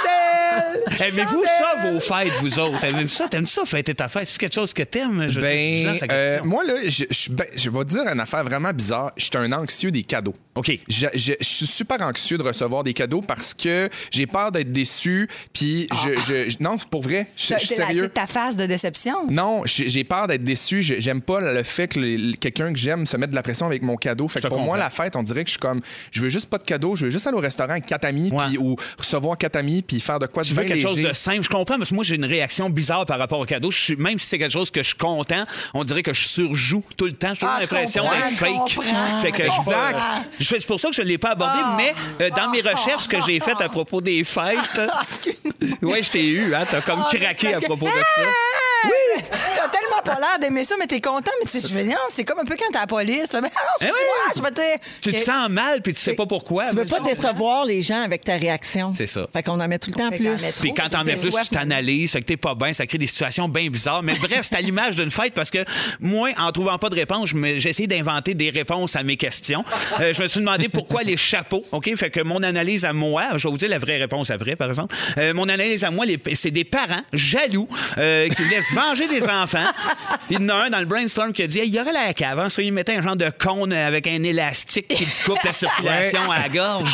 Chandelle!
Aimez-vous ça, vos fêtes, vous autres? Aimez-vous ça? T'aimes ça, fêter ta fête? C'est quelque chose que t'aimes? Je, je
Ben,
lance la
euh,
question.
moi, là, je, je, ben, je vais te dire une affaire vraiment bizarre. Je suis un anxieux des cadeaux.
OK.
Je, je- je suis super anxieux de recevoir des cadeaux parce que j'ai peur d'être déçu. Puis,
Ah.
je, je- je- non, pour vrai, je, je suis
C'est la-
sérieux.
c'est ta phase de déception.
Non, j'ai j'ai peur d'être déçu. J'ai- J'aime pas le fait que le- le- quelqu'un que j'aime se mette de la pression avec mon cadeau. Fait
Je
que
te
pour moi,
comprends.
la fête, on dirait que je suis comme, je veux juste pas de cadeau. Je veux juste aller au restaurant avec quatre amis
Ouais.
puis- ou recevoir quatre amis puis faire de quoi
Tu
de
veux
bien
quelque chose
léger.
de simple. Je comprends, parce que moi, j'ai une réaction bizarre par rapport au cadeau. Je suis, même si c'est quelque chose que je suis content, on dirait que je surjoue tout le temps. J'ai toujours
Ah, je
l'impression
comprends,
d'être
je
fake.
comprends. Ah.
Fait que je-
Exact.
Je fais- C'est pour ça que je ne l'ai pas abordé, mais euh, dans mes recherches que j'ai faites à propos des fêtes,
Ah, Excuse-moi.
ouais, je t'ai eu, hein, t'as comme
Ah, mais c'est
craqué
parce
à
que-
propos de ça.
Ah! T'as tellement pas l'air d'aimer ça, mais t'es content, mais tu fais, je veux dire, c'est comme un peu quand t'es à la police. tu fais, Mais non,
Eh
excuse-moi,
oui.
je vais te.
Tu te sens mal, puis tu sais pas pourquoi.
Tu veux pas décevoir les gens avec ta réaction.
C'est ça.
Fait qu'on en met tout le temps
Fait
plus.
qu'en mettre-
Puis quand t'en mets plus, tu
Soif.
t'analyses, fait que t'es pas bien, ça crée des situations bien bizarres. Mais bref, c'est à l'image d'une fête parce que moi, en trouvant pas de réponse, je me- j'ai essayé d'inventer des réponses à mes questions. Euh, je me suis demandé pourquoi les chapeaux, OK? Fait que mon analyse à moi, je vais vous dire la vraie réponse à vrai, par exemple. Euh, mon analyse à moi, les- c'est des parents jaloux euh, qui laissent manger des enfants. Puis il y en a un dans le brainstorm qui a dit, Hey, il y aurait la cave, hein, ça, il mettait un genre de cône avec un élastique qui te coupe la circulation à la gorge.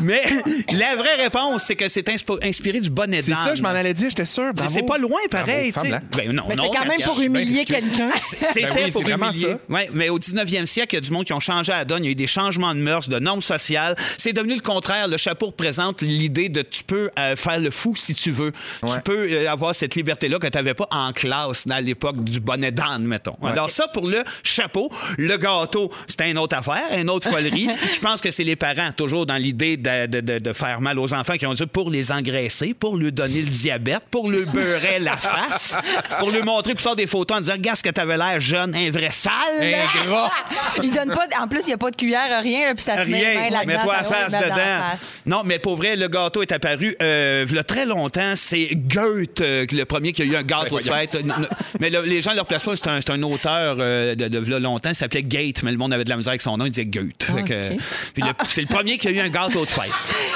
Mais la vraie réponse, c'est que c'est inspo- inspiré du bonnet
C'est
d'âne.
ça, je m'en allais dire, j'étais sûr.
C'est- C'est
Bravo.
pas loin, pareil.
Bravo,
tu sais.
femme, là.
Ben non,
Mais c'est
non,
quand même
regarde.
pour humilier quelqu'un.
Ah, C'était
hein? Ben oui,
pour
c'est vraiment
humilier.
ça.
Ouais, mais au 19e siècle, il y a du monde qui ont changé la donne. Il y a eu des changements de mœurs, de normes sociales. C'est devenu le contraire. Le chapeau représente l'idée de tu peux euh, faire le fou si tu veux. Tu peux euh, avoir cette liberté-là que tu n'avais pas en classe à l'époque du bonnet d'âne, mettons. Alors ça, pour le chapeau, le gâteau, c'était une autre affaire, une autre folerie. Je pense que c'est les parents, toujours dans l'idée de, de- de- de faire mal aux enfants, qui ont dit pour les engraisser, pour lui donner le diabète, pour lui beurrer la face, pour lui montrer, pour faire des photos en disant, regarde ce que t'avais l'air jeune, un vrai sale.
Ingrat.
Eh, Il donne pas. de- En plus, il n'y a pas de cuillère, rien, là, puis ça se met
Rien.
bien là-dedans.
Mets-toi la
ça va
face
te mettre dans la
dedans.
face.
Non, mais pour vrai, le gâteau est apparu euh, il y a très longtemps. C'est Goethe, euh, le premier qui a eu un gâteau de fête. Non, non. Mais le- les gens leur placent pas. C'est un, c'est un auteur euh, de, de, v'là longtemps. Il s'appelait Goethe, mais le monde avait de la misère avec son nom. Il disait Goethe.
Ah,
Fait que-
OK.
puis le- C'est le premier qui a eu un gâteau de fête.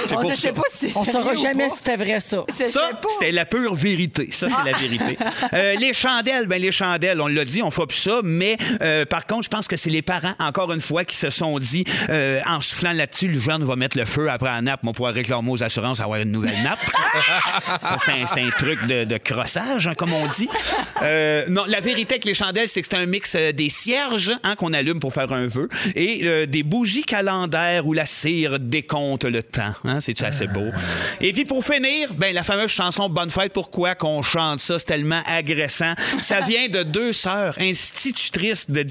C'est
On
pour
ne
ça.
sait pas si c'est
On saura
sérieux ou
jamais
pas.
si c'était vrai, ça.
Je sais
Ça,
pas.
c'était la pure vérité. Ça, c'est la vérité. Euh, les chandelles, ben les chandelles, on l'a dit, on fait plus ça, mais euh, par contre, je pense que c'est les parents, encore une fois, qui se sont dit, euh, en soufflant là-dessus, le jeune va mettre le feu après la nappe, on va pouvoir réclamer aux assurances avoir une nouvelle nappe. Ça, c'est un, c'est un truc de, de crossage, hein, comme on dit. Euh, non, la vérité avec les chandelles, c'est que c'est un mix euh, des cierges hein, qu'on allume pour faire un vœu et euh, des bougies calendaires où la cire décompte le temps. hein. hein? C'est assez beau. Et puis pour finir, ben, la fameuse chanson Bonne fête, pourquoi qu'on chante ça? C'est tellement agressant. Ça vient de deux sœurs institutrices de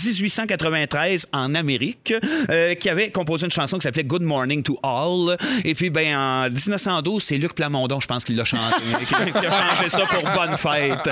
1893 en Amérique euh, qui avaient composé une chanson qui s'appelait Good Morning to All. Et puis, ben, en 1912, c'est Luc Plamondon, je pense, qui l'a chanté, qui, qui a changé ça pour Bonne fête.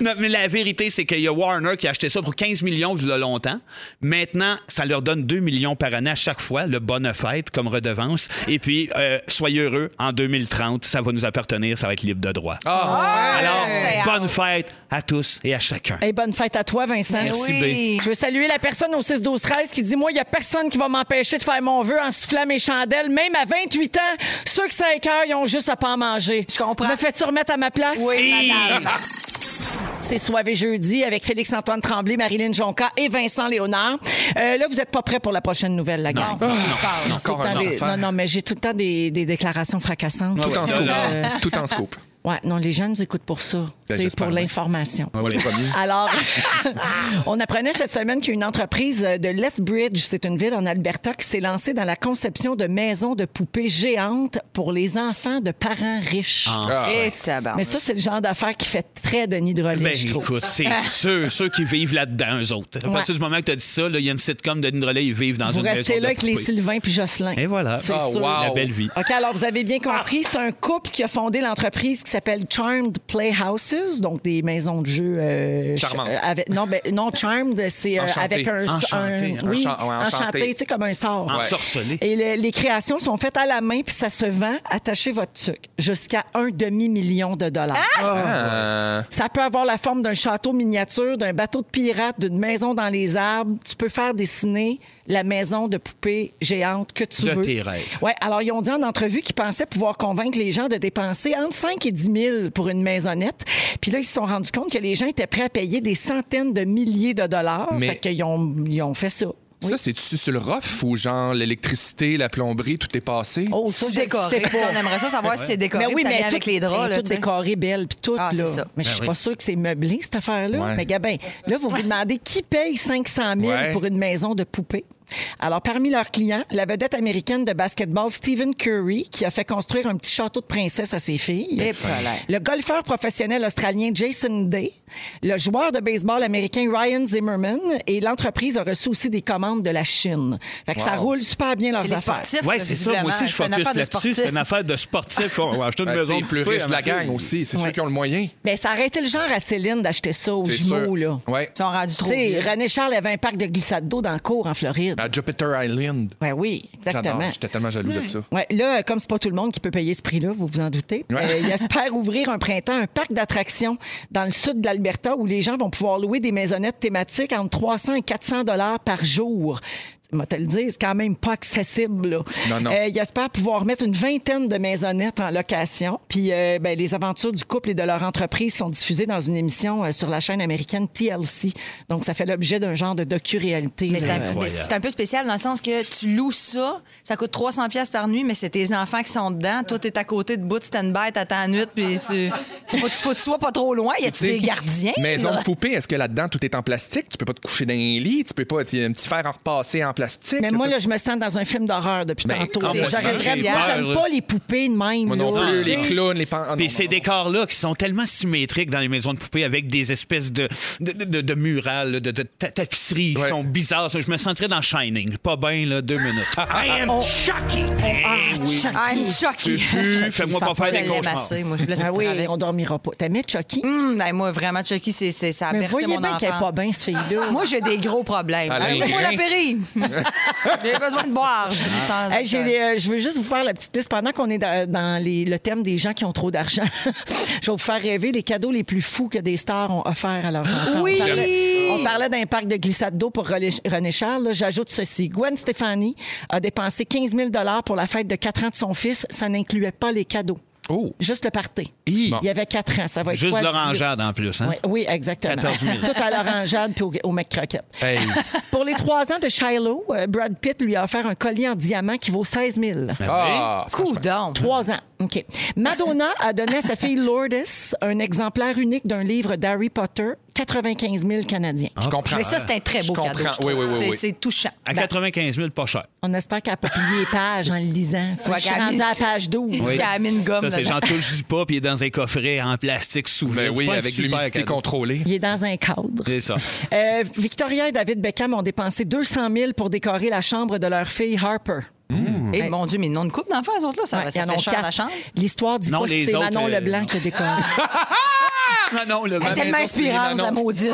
Non, mais la vérité, c'est qu'il y a Warner qui a acheté ça pour 15 millions il y a longtemps. Maintenant, ça leur donne 2 millions par année à chaque fois, le Bonne fête comme redevance. Et puis, euh, soyez heureux, en 2030, ça va nous appartenir, ça va être libre de droit.
Ah,
Alors,
Ah, c'est
bonne fête à tous et à chacun.
Hey, bonne fête à toi, Vincent.
Merci,
oui.
Je veux saluer la personne au 6-12-13 qui dit Moi, il n'y a personne qui va m'empêcher de faire mon vœu en soufflant mes chandelles. Même à 28 ans, ceux qui 5 heures, ils ont juste à pas en manger.
Je comprends.
Me fais-tu remettre à ma place?
Oui, madame.
C'est Soivé jeudi avec Félix-Antoine Tremblay, Marilyn Jonca et Vincent Léonard. Euh, là, vous êtes pas prêts pour la prochaine nouvelle, la gang.
Qu'est-ce qui se passe?
C'est le
Encore
temps
un Ah
des-
enfer.
Non, non, mais j'ai tout le temps des, des déclarations fracassantes.
Tout en
Euh,
scoop. Tout en scoop.
Ouais, non, les jeunes nous écoutent pour ça.
Ben,
C'est
j'espère
pour
bien.
l'information.
On va les premiers.
Alors, on apprenait cette semaine qu'il y a une entreprise de Lethbridge, c'est une ville en Alberta, qui s'est lancée dans la conception de maisons de poupées géantes pour les enfants de parents riches.
Ah, ouais.
Et tabarnak.
Mais ça, c'est le genre d'affaire qui fait très Denis de
Ben,
je trouve.
écoute, c'est ceux, ceux qui vivent là-dedans, eux autres. À
Ouais.
partir du moment que tu as dit ça, là, il y a une sitcom de Nindrelay, ils vivent dans
Vous
une
restez
maison
là
de
avec les
poupées.
Sylvain puis Jocelyn.
Et voilà.
C'est
Ah,
sûr.
wow.
La belle vie.
OK, alors vous avez bien compris, c'est un couple qui a fondé l'entreprise qui s'appelle Charmed Playhouses, donc des maisons de jeu. euh, ch-
Charmantes.
euh, avec, non, ben, non, Charmed, c'est euh,
Enchanté.
avec un.
Enchanté,
un-
hein.
oui,
Enchan- ouais,
enchanté,
enchanté.
tu sais, comme un sort.
Ensorcelé.
Et le- les créations sont faites à la main, puis ça se vend, attachez votre truc, jusqu'à un demi-million de dollars.
Ah!
Euh,
Ça peut avoir la forme d'un château miniature, d'un bateau de pirate, d'une maison dans les arbres. Tu peux faire dessiner la maison de poupée géante que tu
De
veux.
tes rêves.
Ouais, alors ils ont dit en entrevue qu'ils pensaient pouvoir convaincre les gens de dépenser entre 5 et 10 000 pour une maisonnette. Puis là, ils se sont rendus compte que les gens étaient prêts à payer des centaines de milliers de dollars.
Mais-
Fait qu'ils ont, ils ont fait ça.
Ça, c'est-tu sur le rough ou genre l'électricité, la plomberie, tout est passé?
Oh,
Si tu
je le sais
décoré.
pas.
On aimerait ça savoir si c'est décoré,
Mais ben,
puis ça vient
tout-
avec les draps.
mais
là,
tout
tu sais.
décoré, belle, puis tout.
Ah, c'est
là.
ça.
Mais je suis pas sûre que c'est meublé, cette affaire-là.
Ben Ouais.
Mais Gabin, là, vous vous demandez qui paye 500 000
Ouais.
pour une maison de poupée. Alors, parmi leurs clients, la vedette américaine de basketball Stephen Curry, qui a fait construire un petit château de princesse à ses filles.
Et voilà.
Le golfeur professionnel australien Jason Day, le joueur de baseball américain Ryan Zimmerman et l'entreprise a reçu aussi des commandes de la Chine. Fait que ça roule super bien leurs
C'est les
affaires.
sportifs.
Oui,
là,
c'est ça. Moi aussi, je
visiblement. C'est une
focus
affaire de
là-dessus. C'est
sportifs.
une affaire de sportif. On va acheter une
Ben,
maison
c'est
de
les plus
poupée
riches
à
de la
ma fille.
gang aussi. C'est
Ouais.
ceux qui ont le moyen.
Mais Ben, ça aurait été le genre à Céline d'acheter ça aux
C'est
jumeaux,
sûr.
là.
Ouais.
Ils sont rendus
Tu
trop
sais,
vieux. Ah,
René Charles avait un parc de glissade d'eau dans le cours en Floride.
À Jupiter Island.
Ouais, oui, exactement.
J'adore. J'étais tellement jaloux de ça.
Ouais, là, comme c'est pas tout le monde qui peut payer ce prix-là, vous vous en doutez,
Ouais.
euh, il espère ouvrir un printemps, un parc d'attractions dans le sud de l'Alberta où les gens vont pouvoir louer des maisonnettes thématiques entre 300 et 400 dollars par jour. Moi, te le dire, c'est quand même pas accessible. là.
Non, non.
Euh, il espère pouvoir mettre une vingtaine de maisonnettes en location. Puis euh, ben, les aventures du couple et de leur entreprise sont diffusées dans une émission euh, sur la chaîne américaine TLC. Donc, ça fait l'objet d'un genre de docu-réalité. euh,
Mais c'est
là.
un, mais c'est un peu spécial dans le sens que tu loues ça, ça coûte 300 pièces par nuit, mais c'est tes enfants qui sont dedans. Toi, t'es à côté de bout de stand-by, t'attends la nuit, puis tu, tu, faut, tu- faut que tu sois pas trop loin. Y a-tu
T'sais,
des gardiens?
Maison
là?
de poupée, est-ce que là-dedans tout est en plastique? Tu peux pas te coucher dans un lit, tu peux pas. t'y- un petit fer en repasser en plastique.
Mais moi,
tout-
là, je me sens dans un film d'horreur depuis
Ben,
tantôt.
ah,
J'aurais
moi
le
aussi,
rêve-
j'ai
Moi, j'aime
peur.
pas les poupées de même.
Moi non
là.
plus, les
Tu sais,
clowns, les pan... ah, non,
Puis
non,
ces
non.
décors-là qui sont tellement symétriques dans les maisons de poupées avec des espèces de, de, de- de murales, de, de ta- tapisseries qui
Ouais.
sont bizarres. Je me sentirais dans Shining. Pas bien, là, deux minutes. I am Chucky! Eh oui.
Chucky.
I'm Chucky.
Plus, Fais-moi pas
Je
faire des
l'aime
cauchemars.
assez, moi. Je voulais
Ah
sortir
oui,
avec.
on dormira pas. T'aimais Chucky?
Hum, hey, moi, vraiment, Chucky, c'est, c'est, ça a
Mais vous
bercé
voyez
mon
bien qu'elle est
enfant.
pas bien, cette fille-là.
Moi, j'ai des gros problèmes.
Alain
Arrêtez-moi
Grain.
la pérille. j'ai besoin de boire. Je dis
Ah.
sans-
Hey, j'ai les- euh, je veux juste vous faire la petite liste pendant qu'on est dans, dans les- le thème des gens qui ont trop d'argent. je vais vous faire rêver les cadeaux les plus fous que des stars ont offerts à leurs enfants.
Oui!
On parlait, on parlait d'un parc de glissade d'eau pour René René Charles. là. J'ajoute ceci. Gwen Stefani a dépensé 15 000 pour la fête de 4 ans de son fils. Ça n'incluait pas les cadeaux.
Oh.
Juste le party.
Hi.
Il y avait 4 ans. Ça va être
Juste
quoi, 18?
l'orangeade en plus. Hein?
Oui, oui, exactement.
14 000.
Tout à l'orangeade puis au, au mec croquette.
Hey.
Pour les trois ans de Shiloh, euh, Brad Pitt lui a offert un collier en diamant qui vaut 16 000.
Ah,
Coup d'homme.
Trois ans. OK. Madonna a donné à sa fille Lourdes un exemplaire unique d'un livre d'Harry Potter 95 000 Canadiens.
Ah.
Je comprends.
Mais ça, c'est un très beau
Je
cadeau.
comprends.
je trouve.
Oui, oui, oui,
c'est,
oui.
c'est touchant.
À 95 000, pas cher.
On espère qu'elle a pas plié les pages en le lisant. Tu sais,
Ouais,
je suis
qu'elle a
rendue
mis-
à la page 12.
Puis elle a mis une gomme.
Ça, c'est
dedans.
j'en touche du pas, puis il est dans un coffret en plastique sous
Ben oui, avec l'humidité contrôlée.
Il est dans un cadre.
C'est ça.
Euh, Victoria et David Beckham ont dépensé 200 000 pour décorer la chambre de leur fille Harper.
Eh, mon Dieu, mais non de coupe d'enfants, les autres, là, ça,
Ouais,
ça
ils en
fait
ont
cher
quatre.
la chambre.
L'histoire dit
Non,
pas si
les
c'est
autres,
Manon
euh,
Leblanc qui a décoré.
Ah non, le
Elle est tellement
maison, c'est les
inspirante,
Manon.
la maudite.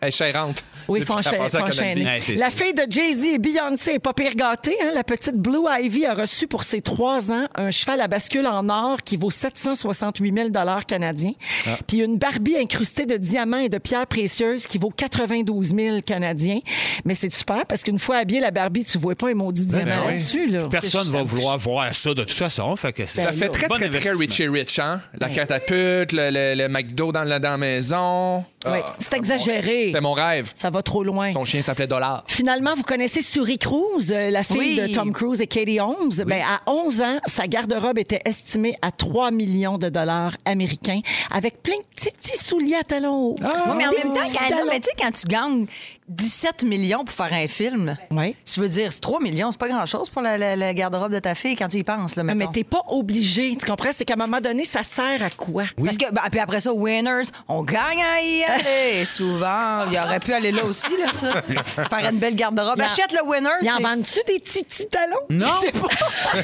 Elle est chérante.
Oui,
Depuis
font
qu'elle est passée à Canal Vie.
Ouais, c'est
la
ça.
fille de Jay-Z et Beyoncé est pas pire gâtée. hein. La petite Blue Ivy a reçu pour ses trois ans un cheval à bascule en or qui vaut 768 000 canadiens.
Ah.
Puis une Barbie incrustée de diamants et de pierres précieuses qui vaut 92 000 canadiens. Mais c'est super parce qu'une fois habillée, la Barbie, tu vois pas un maudit diamant
ben oui.
là-dessus. là.
Personne
C'est-
va vouloir voir ça de toute façon. Fait que
Ça fait très, très, très Richie Rich, hein? La catapulte, le, le- le McDo dans la, dans la maison.
Ouais,
Ah,
c'est exagéré.
C'était mon rêve.
Ça va trop loin.
Son chien s'appelait Dollar.
Finalement, vous connaissez Suri Cruz, euh, la fille
Oui.
de Tom Cruise et Katie Holmes. Ben, à 11 ans, sa garde-robe était estimée à 3 millions de dollars américains, avec plein de petits, petits souliers à talons hauts.
Oui, mais en
Ah, Des
même temps,
petits
quand, non,
talons.
mais tu sais, quand tu gagnes 17 millions pour faire un film,
Ouais.
tu veux dire, c'est 3 millions, c'est pas grand-chose pour la, la- la garde-robe de ta fille quand tu y penses. Là,
Ah, Mais
mettons.
t'es pas obligé, tu comprends? C'est qu'à un moment donné, ça sert à quoi?
Parce que, bah, puis après ça, winners, on gagne à y aller. Souvent, il aurait pu aller là aussi, là, tu sais. Faire une belle garde-robe.
Il en-
Achète le winners.
Ils en
c'est-
vendent-tu des petits, petits talons?
Non!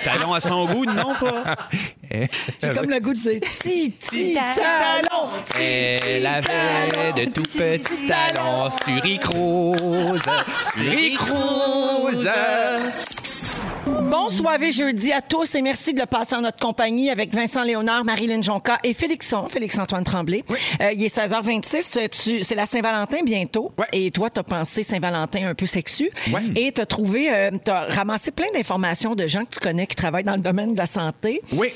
Talons à son goût, non pas.
J'ai comme le goût de dire petits, petits talons!
Elle avait de tout
petits
talents sur Icrose, sur Icrose.
Bon soirée jeudi à tous et merci de le passer en notre compagnie avec Vincent Léonard, Marie-Lyne Jonca et Félixon, Félix-Antoine Tremblay. Euh, il est 16h26, tu- c'est la Saint-Valentin bientôt
Ouais.
et toi, t'as pensé Saint-Valentin un peu sexu
Ouais.
et t'as trouvé, euh, t'as ramassé plein d'informations de gens que tu connais qui travaillent dans le domaine de la santé.
Oui.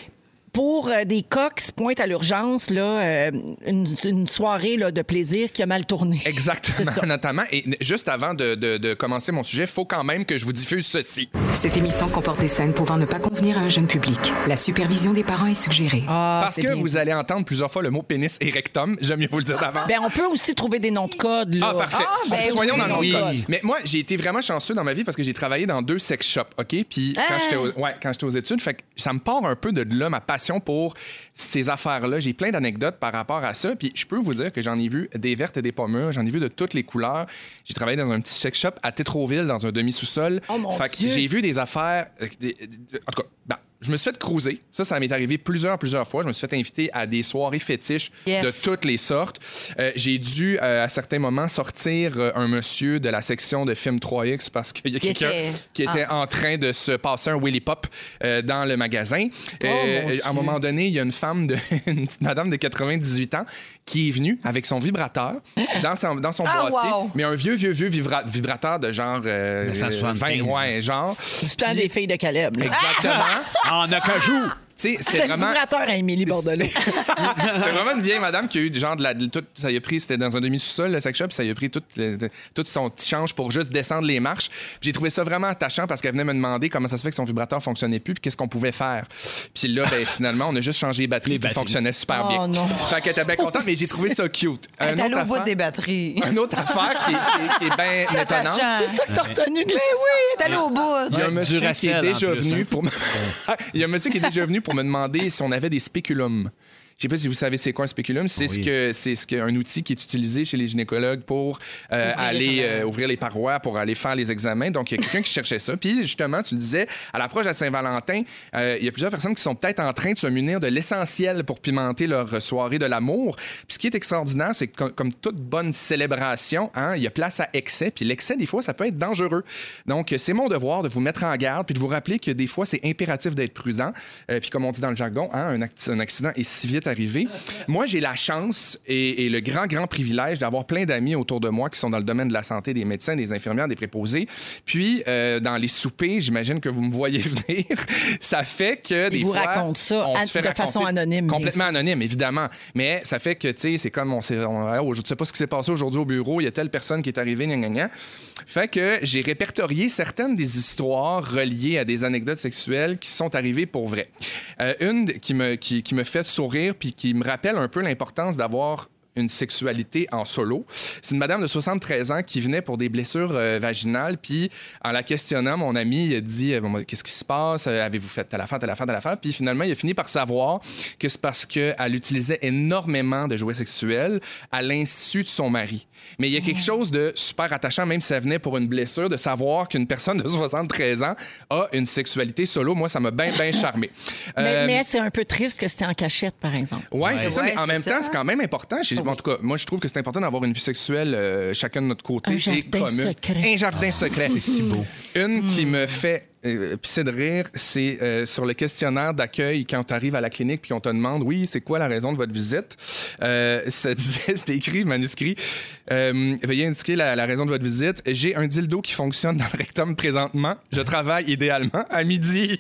Pour euh, des cas qui se pointent à l'urgence, là, euh, une, une soirée là, de plaisir qui a mal tourné. C'est ça.
Exactement, notamment. Et juste avant de, de- de commencer mon sujet, faut quand même que je vous diffuse ceci.
Cette émission comporte des scènes pouvant ne pas convenir à un jeune public. La supervision des parents est suggérée.
Ah,
Parce
c'est
que
bien
vous allez entendre plusieurs fois le mot pénis et rectum. J'aime mieux vous le dire d'avant.
Ben, on peut aussi trouver des noms de code. Là.
Ah, parfait.
Ah, ben
Soyons
oui.
dans le
Oui.
code. Mais moi, j'ai été vraiment chanceux dans ma vie parce que j'ai travaillé dans deux sex shops, OK? Puis
Hein?
quand j'étais aux, ouais, quand j'étais aux études, fait que ça me part un peu de là, ma passion pour ces affaires-là. J'ai plein d'anecdotes par rapport à ça. Puis je peux vous dire que j'en ai vu des vertes et des pommures. J'en ai vu de toutes les couleurs. J'ai travaillé dans un petit sex shop à Tétroville, dans un demi-sous-sol.
Oh, mon
fait que
Dieu.
j'ai vu des affaires... euh, des- des- en tout cas, ben, je me suis fait cruiser. Ça, ça m'est arrivé plusieurs, plusieurs fois. Je me suis fait inviter à des soirées fétiches
Yes.
de toutes les sortes. Euh, j'ai dû, euh, à certains moments, sortir euh, un monsieur de la section de films 3X parce qu'il y a quelqu'un
était- Ah.
qui était en train de se passer un Willy Pop euh, dans le magasin. Euh,
Oh, mon Dieu.
à un moment donné, il y a une femme, de, une petite madame de 98 ans, qui est venue avec son vibrateur dans son, dans son
Ah,
boîtier.
wow.
Mais un vieux, vieux, vieux vibra- vibrateur de genre euh,
1975.
20, ouais, genre.
Du temps des filles de Caleb. là.
Exactement.
Ah!
En acajou!
Tu sais,
C'est
c'était
le
vraiment.
vibrateur à Émilie Bordelot.
C'était vraiment une vieille madame qui a eu du genre de la. de tout- ça y a pris, c'était dans un demi-sous-sol, le sex shop, puis ça y a pris tout, le- de- tout son petit change pour juste descendre les marches. Puis J'ai trouvé ça vraiment attachant parce qu'elle venait me demander comment ça se fait que son vibrateur fonctionnait plus, puis qu'est-ce qu'on pouvait faire. Puis là, ben, finalement, on a juste changé les batteries,
Les
puis il
batteries.
fonctionnait super
Oh
bien.
non.
Fait qu'elle était bien contente, mais j'ai trouvé ça cute. Un
Elle est allée
autre
au bout
affaire-
des batteries.
Une autre affaire qui est, qui est- qui est bien étonnante.
Attachant.
C'est ça que t'as retenu de
Ben
Mais oui, elle est allée au bout.
Il y a un
Ouais,
monsieur qui est
Duracell,
déjà
en plus,
venu
hein.
pour me... Il y a un monsieur qui est déjà venu pour me demander si on avait des spéculums. Je sais pas si vous savez c'est quoi un spéculum, c'est ce que c'est ce que- un outil qui est utilisé chez les gynécologues pour euh, aller euh, ouvrir les parois pour aller faire les examens. Donc il y a quelqu'un qui cherchait ça. Puis justement, tu le disais à l'approche de la Saint-Valentin, euh, il y a plusieurs personnes qui sont peut-être en train de se munir de l'essentiel pour pimenter leur euh, soirée de l'amour. Puis ce qui est extraordinaire, c'est que com- comme toute bonne célébration, hein, il y a place à excès. Puis l'excès, des fois, ça peut être dangereux. Donc, c'est mon devoir de vous mettre en garde puis de vous rappeler que des fois, c'est impératif d'être prudent. Euh, puis comme on dit dans le jargon, hein, un, acc- un accident est si vite arrivé. Moi, j'ai la chance et, et le grand, grand privilège d'avoir plein d'amis autour de moi qui sont dans le domaine de la santé, des médecins, des infirmières, des préposés. Puis, euh, dans les soupers, j'imagine que vous me voyez venir. ça fait que des
vous
fois,
racontent ça
on
à-
se fait
de façon
raconter
anonyme, bien
Complètement
sûr.
anonyme, évidemment. Mais ça fait que, tu sais, c'est comme on s'est. on- oh, je ne sais pas ce qui s'est passé aujourd'hui au bureau, il y a telle personne qui est arrivée, gna, gna, gna. Fait que j'ai répertorié certaines des histoires reliées à des anecdotes sexuelles qui sont arrivées pour vrai. Euh, une qui me, qui, qui me fait sourire puis qui me rappelle un peu l'importance d'avoir une sexualité en solo. C'est une madame de 73 ans qui venait pour des blessures euh, vaginales. Puis, en la questionnant, mon ami il a dit euh, Bon, Qu'est-ce qui se passe Euh, Avez-vous fait telle affaire, telle affaire, telle affaire Puis, finalement, il a fini par savoir que c'est parce qu'elle utilisait énormément de jouets sexuels à l'insu de son mari. Mais il y a
Ah.
quelque chose de super attachant, même si ça venait pour une blessure, de savoir qu'une personne de 73 ans a une sexualité solo. Moi, ça m'a bien, bien charmé.
Mais,
Euh,
mais c'est un peu triste que c'était en cachette, par exemple.
oui, c'est ça,
Ouais,
mais en
c'est
même
ça.
temps, c'est quand même important. J'ai- En tout cas, moi, je trouve que c'est important d'avoir une vie sexuelle euh, chacun de notre côté.
Un
et
jardin
commune.
secret.
Un jardin secret. Ah, C'est si beau. Une qui me fait euh, pisser de rire, c'est euh, sur le questionnaire d'accueil quand tu arrives à la clinique puis on te demande, oui, c'est quoi la raison de votre visite? Euh, ça disait, c'était écrit, manuscrit. euh, veuillez indiquer la, la raison de votre visite. J'ai un dildo qui fonctionne dans le rectum présentement. Je travaille idéalement à midi.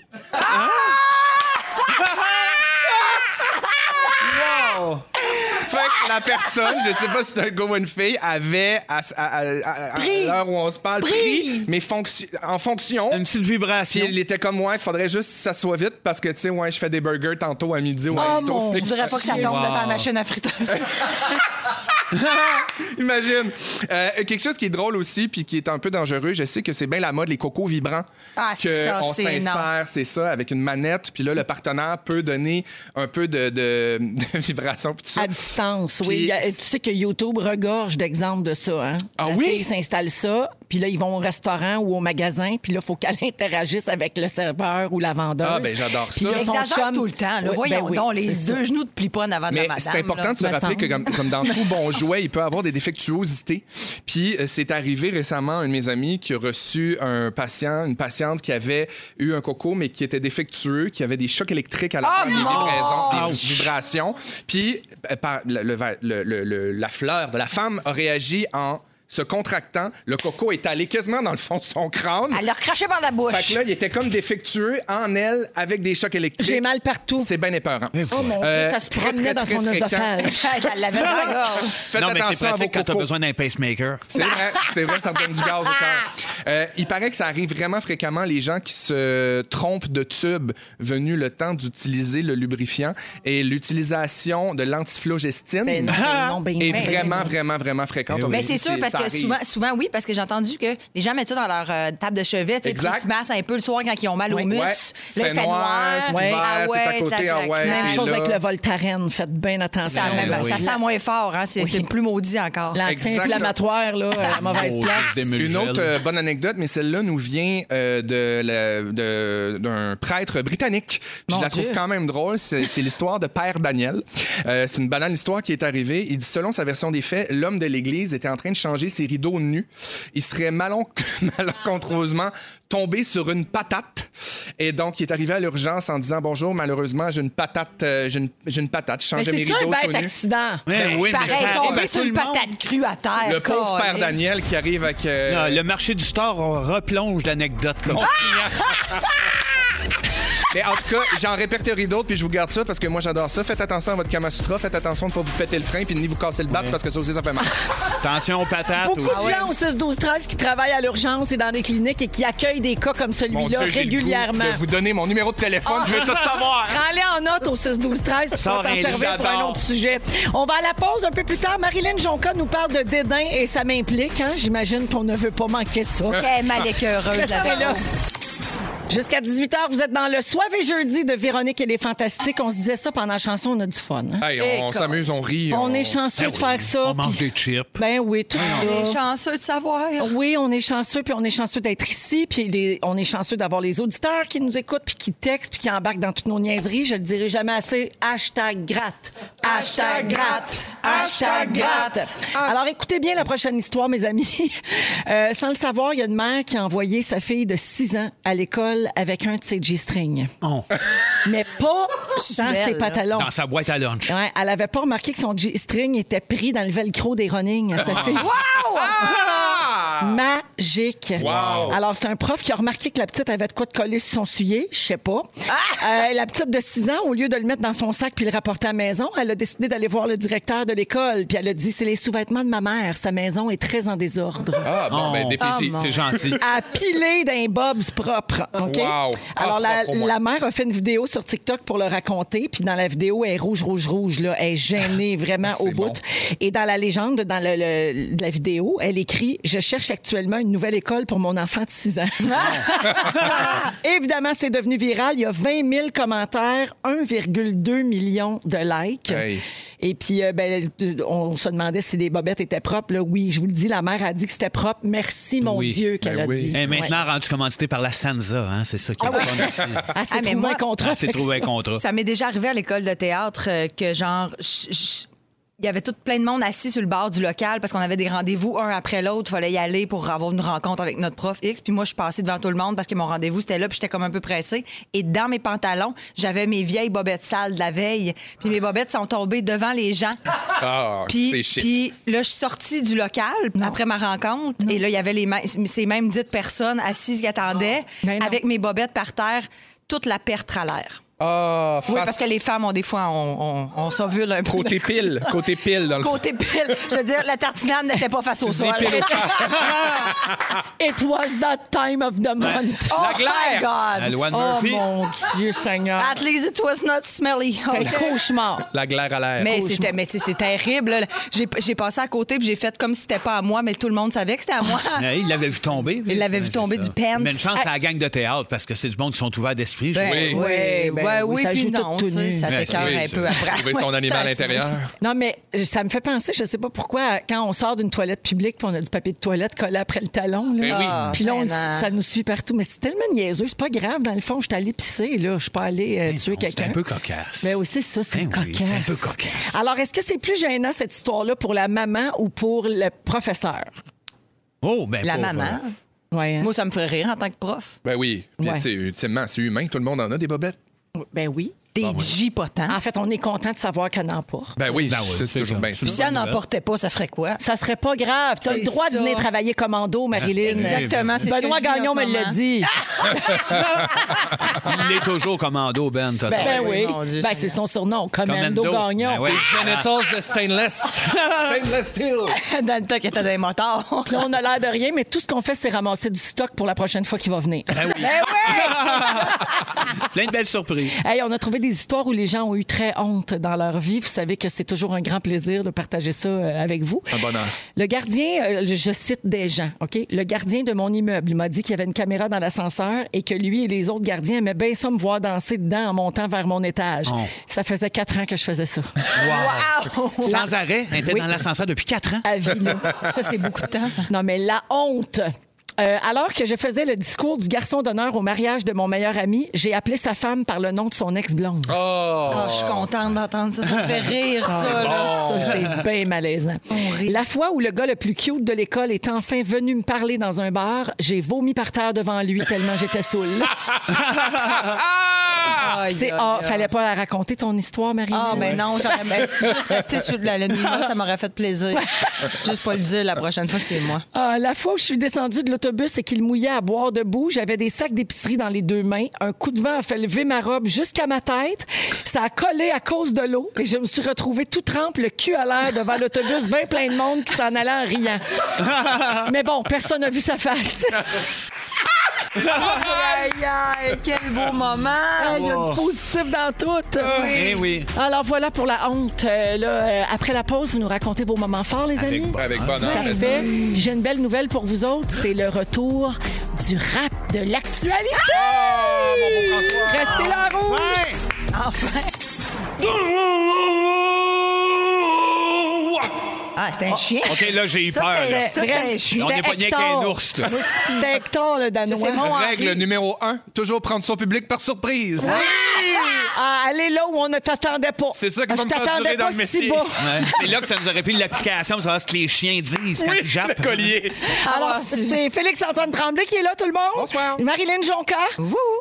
Fait que la personne, je sais pas si c'est un gars ou une fille, avait, à, à- à- à- à l'heure où on se parle, pris, mais fonction- en fonction.
Une petite
Puis
vibration.
il était comme, ouais, faudrait juste que ça soit vite parce que, tu sais, ouais, je fais des burgers tantôt à midi au
Oh
resto.
mon,
Fait
je
que-
voudrais pas que ça tombe dans ta machine à friteuse.
Imagine. Euh, quelque chose qui est drôle aussi, puis qui est un peu dangereux, je sais que c'est bien la mode, les cocos vibrants.
Ah,
que
ça,
on
c'est énorme.
s'insère, c'est ça, avec une manette, puis là, le partenaire peut donner un peu de, de, de vibration, puis tout ça.
À distance, oui.
Puis-
Il y a- tu sais que YouTube regorge d'exemples de ça. Hein?
Ah
La
oui?
fille s'installe ça, puis là, ils vont au restaurant ou au magasin, puis là, il faut qu'elle interagisse avec le serveur ou la vendeuse.
Ah, ben, j'adore
Puis
ça.
là, son
Exagère
chum-
tout le temps. Là.
Oui,
Voyons
ben oui,
donc, les
c'est ça.
deux genoux de plient pas en avant de
Mais
la madame.
c'est important
là.
de se
me
rappeler que,
semble.
comme, comme dans tout bon jouet, il peut avoir des défectuosités. Puis, euh, c'est arrivé récemment, un de mes amis qui a reçu un patient, une patiente qui avait eu un coco, mais qui était défectueux, qui avait des chocs électriques à la fin, des vibraisons, des vibrations. Puis, euh, par- le- le- le- le- le- la fleur de la femme a réagi en se contractant. Le coco est allé quasiment dans le fond de son crâne.
Elle l'a recraché par la
Fait
bouche.
que là, il était comme défectueux en elle avec des chocs électriques.
J'ai mal partout.
C'est bien épeurant.
Oh mon Dieu, ça se
très,
promenait
très,
dans
très
son
fréquent.
oesophage.
Elle l'avait dans la gorge.
Faites
non, mais
attention
c'est
à vos Eh
pratique quand t'as
cocos.
besoin d'un pacemaker.
C'est vrai, c'est vrai, ça me donne du gaz au cœur. Euh, il paraît que ça arrive vraiment fréquemment les gens qui se trompent de tube venu le temps d'utiliser le lubrifiant et l'utilisation de l'antiflogestine
Ben non, ben non, ben non,
est
ben
vraiment,
non.
vraiment, vraiment fréquente. On
Mais
a
c'est
dit,
sûr, parce
ça
que
arrive.
souvent, souvent, oui, parce que j'ai entendu que les gens mettent ça dans leur euh, table de chevet, tu sais, puis
Exact.
ils se massent un peu le soir quand ils ont mal
Ouais.
aux muscles.
Ouais.
Là,
Fait
il fait
noir,
noir.
c'est ouvert,
Ah
tout à
ouais,
côté,
clac,
ah ouais,
clac,
Même
Et
chose
là- ben
avec le Voltaren. Faites bien attention.
Ça, a même-
Là,
ça sent moins fort, hein, c'est
Oui.
c'est plus maudit encore.
L'anti-inflammatoire, là, à la mauvaise
Oh,
place.
je démule
Une
le gel.
autre euh, bonne anecdote, mais celle-là nous vient euh, de la- de- d'un prêtre britannique. Puis
Mon
je la
Dieu.
trouve quand même drôle. C'est c'est l'histoire de Père Daniel. Euh, c'est une banale histoire qui est arrivée. Il dit, selon sa version des faits, l'homme de l'Église était en train de changer ses rideaux nus. Il serait malon- malencontreusement tombé sur une patate. Et donc, il est arrivé à l'urgence en disant, bonjour, malheureusement, j'ai une patate, euh, j'ai une, j'ai une patate, je
Mais
changeais mes
c'est-tu un
rideaux
bête
tout nus.
accident?
Ben oui, mais
Pareil,
ça arrive à
tomber sur
ben,
tout
une
le monde.
patate crue à terre.
Le pauvre Père
Colin.
Daniel qui arrive avec... euh,
Non, Ah, le marché du store on replonge l'anecdote comme
Mais en tout cas, j'en répertorie d'autres, puis je vous garde ça parce que moi, j'adore ça. Faites attention à votre Kamasutra, faites attention de ne pas vous péter le frein, puis ni vous casser le bat parce que ça aussi, ça fait mal.
Attention aux patates.
Beaucoup
aussi.
de gens au 6 12 13 qui travaillent à l'urgence et dans les cliniques et qui accueillent des cas comme
Mon
celui-là
Dieu, j'ai le goût
régulièrement.
de vous donner mon numéro de téléphone, je veux tout savoir.
Prends-les en note au 6 12 13 tu vas
Sors
t'en
un lit,
servir pour un
j'adore.
autre sujet. On va à la pause un peu plus tard. Marilyn Jonca nous parle de dédain et ça m'implique. Hein? J'imagine qu'on ne veut pas manquer ça.
Quelle mal écœureuse, la
Restez là. Jusqu'à 18h, vous êtes dans le Soir et jeudi de Véronique et les Fantastiques. On se disait ça pendant la chanson, on a du fun. hein?
Hey, on s'amuse, on Ben Ah, rit.
On est chanceux de faire ça.
Ben On mange
puis-
des chips.
Ben oui, tout
On est
ça.
chanceux de savoir.
Oui, on est chanceux, puis on est chanceux d'être ici, puis les- on est chanceux d'avoir les auditeurs qui nous écoutent, puis qui textent, puis qui embarquent dans toutes nos niaiseries. Je le dirai jamais assez. Hashtag gratte. Hashtag gratte. Hashtag gratte. Ah. Alors, écoutez bien la prochaine histoire, mes amis. Euh, sans le savoir, il y a une mère qui a envoyé sa fille de 6 ans à l'école avec un de ses G-strings.
Oh.
Mais pas dans
Suel,
ses
là.
pantalons.
Dans sa boîte à lunch.
Ouais, elle avait pas remarqué que son G-string était pris dans le velcro des running à sa fille.
Wow!
magique.
Wow.
Alors, c'est un prof qui a remarqué que la petite avait de quoi de coller sur son soulier, je sais pas. Euh, la petite de 6 ans, au lieu de le mettre dans son sac puis le rapporter à la maison, elle a décidé d'aller voir le directeur de l'école. Puis elle a dit, c'est les sous-vêtements de ma mère, sa maison est très en désordre.
Ah, bon,
Oh.
ben, DPJ,
mon-
c'est
C'est
gentil.
gentil.
à piler d'un bobs propre. OK?
Wow.
Alors,
Ah,
la,
propre au moins.
la mère a fait une vidéo sur TikTok pour le raconter. Puis dans la vidéo, elle est rouge, rouge, rouge. Là. Elle est gênée vraiment
Ah,
au
c'est
bout.
bon.
Et dans la légende, dans le, le- de la vidéo, elle écrit Je cherche actuellement une nouvelle école pour mon enfant de 6 ans. Évidemment, c'est devenu viral. Il y a 20 000 commentaires, 1,2 million de likes.
Hey.
Et puis, euh, ben, euh, on se demandait si les bobettes étaient propres. Là, oui, je vous le dis, la mère a dit que c'était propre. Merci, mon
Oui.
Dieu, qu'elle
Ben
a
oui.
dit.
Et maintenant, rendu commandité par la Sansa, hein, c'est ça qui est le fun aussi.
Ah, c'est
Ah, mais
trouvé
moi-
un contrat.
Ah, c'est
avec
trouvé un
ça.
contrat.
Ça m'est déjà arrivé à l'école de théâtre euh, que, genre, je- je- il y avait tout plein de monde assis sur le bord du local parce qu'on avait des rendez-vous un après l'autre. fallait y aller pour avoir une rencontre avec notre prof X. Puis moi, je suis passée devant tout le monde parce que mon rendez-vous, c'était là. Puis j'étais comme un peu pressée. Et dans mes pantalons, j'avais mes vieilles bobettes sales de la veille. Puis mes bobettes sont tombées devant les gens.
Ah, c'est
Puis,
chic.
puis là, je suis sortie du local après ma rencontre. Et là, il y avait les mêmes- ces mêmes dites personnes assises qui attendaient
Ben non.
avec mes bobettes par terre, toute la perte à l'air.
Ah,
Oui,
face-
parce que les femmes, ont des fois, on, on, on s'ovule un peu.
Côté pile, côté pile dans le
Côté pile. Je veux dire, la tartinade n'était pas face au sol.
It was that time of the month.
oh my
glaire.
La
God!
loi de
Oh,
Ben, Murphy.
mon Dieu Seigneur.
At least it was not smelly.
Quel
Okay.
cauchemar.
La glaire à l'air.
Mais c'était mais tu sais, c'est terrible. là. J'ai- J'ai passé à côté puis j'ai fait comme si c'était pas à moi, mais tout le monde savait que c'était à moi.
Ouais, il l'avait vu tomber.
Il l'avait vu
C'est
tomber
ça.
du pants.
Mais une chance
Ah.
à la gang de théâtre parce que c'est du monde qui sont ouverts d'esprit. je
Ben,
Oui.
ouais,
ben
ouais,
oui,
oui,
ça
puis
joue tout
non,
tout
tu sais,
nu.
ça
Ouais,
t'écoeure
oui,
un
ça-
peu après.
Trouver ton
Ouais,
animal
ça,
intérieur.
Non, mais ça me fait penser, je sais pas pourquoi, quand on sort d'une toilette publique puis on a du papier de toilette collé après le talon. Là,
Ben oui.
Ah,
Puis là, on-
gênant.
ça nous suit partout. Mais c'est tellement niaiseux, c'est pas grave. Dans le fond, je suis allée pisser, là. Je suis pas allée euh, tuer
Ben C'est
quelqu'un.
un peu cocasse.
Mais aussi, ça, c'est
Ben oui,
cocasse.
c'est un peu cocasse.
Alors, est-ce que c'est plus gênant, cette histoire-là, pour la maman ou pour le professeur?
Oh, ben,
La
pauvre.
maman.
Ouais, hein?
Moi, ça me ferait rire en tant que prof.
Ben oui. Puis,
Ouais.
tu sais, ultimement, c'est humain. Tout le monde en a des bobettes.
Ben oui.
Des J potents.
En fait, on est content de savoir qu'elle n'en porte.
Ben oui,
Ben oui,
c'est- c'est
c'est
toujours
ça.
bien ça.
Si elle n'en portait pas, ça ferait quoi?
Ça serait pas grave. T'as
C'est
le droit de
ça.
venir travailler commando, Marilyn.
Exactement, c'est ce que
Benoît
je vis en
Gagnon
ce
me
moment.
l'a dit.
Il
Ah.
est toujours commando, Ben. de toute façon.
Ben oui.
mon Dieu,
Ben,
Seigneur.
c'est son surnom, Commando,
Commando.
Gagnon.
Ben ouais.
Ah.
Genitals de stainless. stainless steel.
Dans le temps qu'elle était dans les motards.
Là, on a l'air de rien, mais tout ce qu'on fait, c'est ramasser du stock pour la prochaine fois qu'il va venir.
Ben oui.
Ben oui!
Plein de belles surprises.
Hey, on a trouvé des histoires où les gens ont eu très honte dans leur vie. Vous savez que c'est toujours un grand plaisir de partager ça euh, avec vous.
Un bonheur.
Le gardien, euh, je cite des gens, OK? Le gardien de mon immeuble m'a dit qu'il y avait une caméra dans l'ascenseur et que lui et les autres gardiens aimaient bien ça me voir danser dedans en montant vers mon étage.
Oh.
Ça faisait quatre ans que je faisais ça.
Wow!
Sans arrêt. Elle était dans l'ascenseur depuis quatre ans.
À vie, là.
Ça, c'est beaucoup de temps, ça.
Non, mais la honte. Euh, alors que je faisais le discours du garçon d'honneur au mariage de mon meilleur ami, j'ai appelé sa femme par le nom de son ex-blonde.
Oh.
Ah, je suis contente d'entendre ça. Ça me fait rire, ça. là.
Ça, c'est bien malaisant.
rit.
La fois où le gars le plus cute de l'école est enfin venu me parler dans un bar, j'ai vomi par terre devant lui tellement j'étais saoule.
Aïe,
C'est
Ah. aïe,
ah,
aïe.
fallait pas la raconter ton histoire, Marie.
Ah, mais non, j'aurais ben, juste resté sur l'anonymat, ça m'aurait fait plaisir. Juste pas le dire la prochaine fois que c'est moi.
Ah, la fois où je suis descendue de l'autobus et qu'il mouillait à boire debout, j'avais des sacs d'épicerie dans les deux mains. Un coup de vent a fait lever ma robe jusqu'à ma tête. Ça a collé à cause de l'eau et je me suis retrouvée tout trempe, le cul à l'air devant l'autobus, bien plein de monde qui s'en allait en riant. Mais bon, personne n'a vu sa face.
Aïe, aïe, quel beau moment!
Ah, Il y a du positif dans tout.
Eh oui.
Alors voilà pour la honte. Euh, là, euh, après la pause, vous nous racontez vos moments forts, les amis.
Avec bonheur. mais ça-
Parfait. J'ai une belle nouvelle pour vous autres. C'est le retour du rap de l'actualité. Ah, Restez là, rouge.
Enfin! Ah, c'était un chien?
OK, là, j'ai eu
Ça,
peur.
c'était-
là.
ça,
Vraiment,
c'était
on est
c'était
pas rien
Hector.
qu'un ours, là.
Euh, Moi, C'était Hector, le Danois. Ah,
c'est mon-
Règle numéro un, toujours prendre son public par surprise.
à aller ah, là où on ne t'attendait pas. Ah,
C'est ça qui va
Je
me faire
t'attendais
durer dans
pas
le
si
métier.
bas.
Ouais, C'est là que ça nous aurait pris l'application pour savoir ce que les chiens disent quand ils jappent.
le collier.
Alors,
Ah, c'est-
c'est Félix-Antoine Tremblay qui est là, tout le monde.
Bonsoir.
Marilyn Jonca.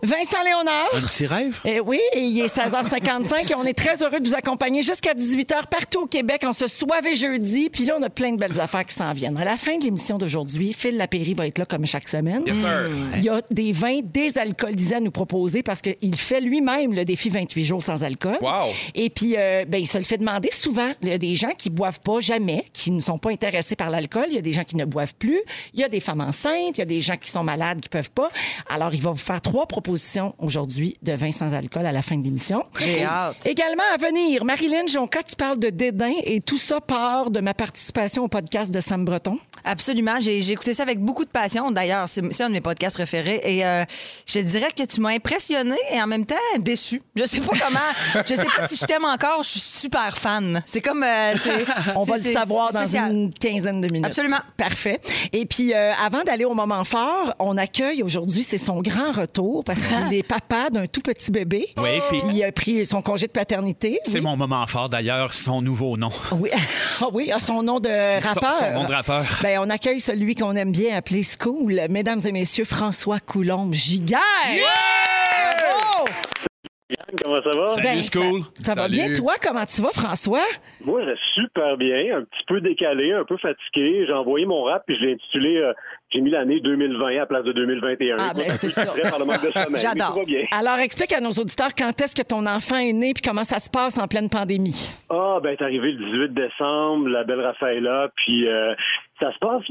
Vincent Léonard.
Un petit rêve?
Eh oui, et il est 16h55 et on est très heureux de vous accompagner jusqu'à 18h partout au Québec en ce soivé jeudi. Puis là, on a plein de belles affaires qui s'en viennent. À la fin de l'émission d'aujourd'hui, Phil Lapéry va être là comme chaque semaine.
Yes, sir.
Il y a des vins désalcoolisés à nous proposer parce qu'il fait lui-même le défi 28 jours sans alcool.
Wow.
Et puis, euh, ben, il se le fait demander souvent. Il y a des gens qui boivent pas jamais, qui ne sont pas intéressés par l'alcool. Il y a des gens qui ne boivent plus. Il y a des femmes enceintes. Il y a des gens qui sont malades, qui peuvent pas. Alors, il va vous faire trois propositions aujourd'hui de vins sans alcool à la fin de l'émission.
J'ai hâte.
Également à venir, Marilyn Jonca, tu parles de dédain et tout ça part de ma participation au podcast de Sam Breton.
Absolument. J'ai j'ai écouté ça avec beaucoup de passion. D'ailleurs, c'est c'est un de mes podcasts préférés. Et euh, je te dirais que tu m'as impressionné et en même temps déçu. Je sais pas comment. je sais pas si je t'aime encore. Je suis super fan. C'est comme. euh, c'est-
On va le
c'est-
savoir
c'est
dans
spécial.
une quinzaine de minutes.
Absolument.
Parfait. Et puis, euh, avant d'aller au moment fort, on accueille aujourd'hui, c'est son grand retour parce qu'il est papa d'un tout petit bébé. Oh!
Oui, puis-
il a pris son congé de paternité.
C'est
oui.
mon moment fort d'ailleurs, son nouveau nom.
Oui, Ah oui, ah, son nom de
Son-
rappeur.
son nom de rappeur.
Ben, on accueille celui qu'on aime bien appeler School, mesdames et messieurs, François Coulombe Giguère. Bravo!
Comment ça va?
Salut, School.
Ben, Ça, ça va
Salut.
bien, toi? Comment tu vas, François?
Euh,
Moi, je suis super bien, un petit peu décalé, un peu fatigué. J'ai envoyé mon rap puis je l'ai intitulé euh, J'ai mis l'année 2020 à la place de 2021.
Ah, ben, c'est ça.
Après, par le manque de sommeil, mais
J'adore.
Tout va bien.
Alors, explique à nos auditeurs quand est-ce que ton enfant est né puis comment ça se passe en pleine pandémie.
Ah, ben, t'es arrivé le 18 décembre, la belle Raffaella, puis euh, ça se passe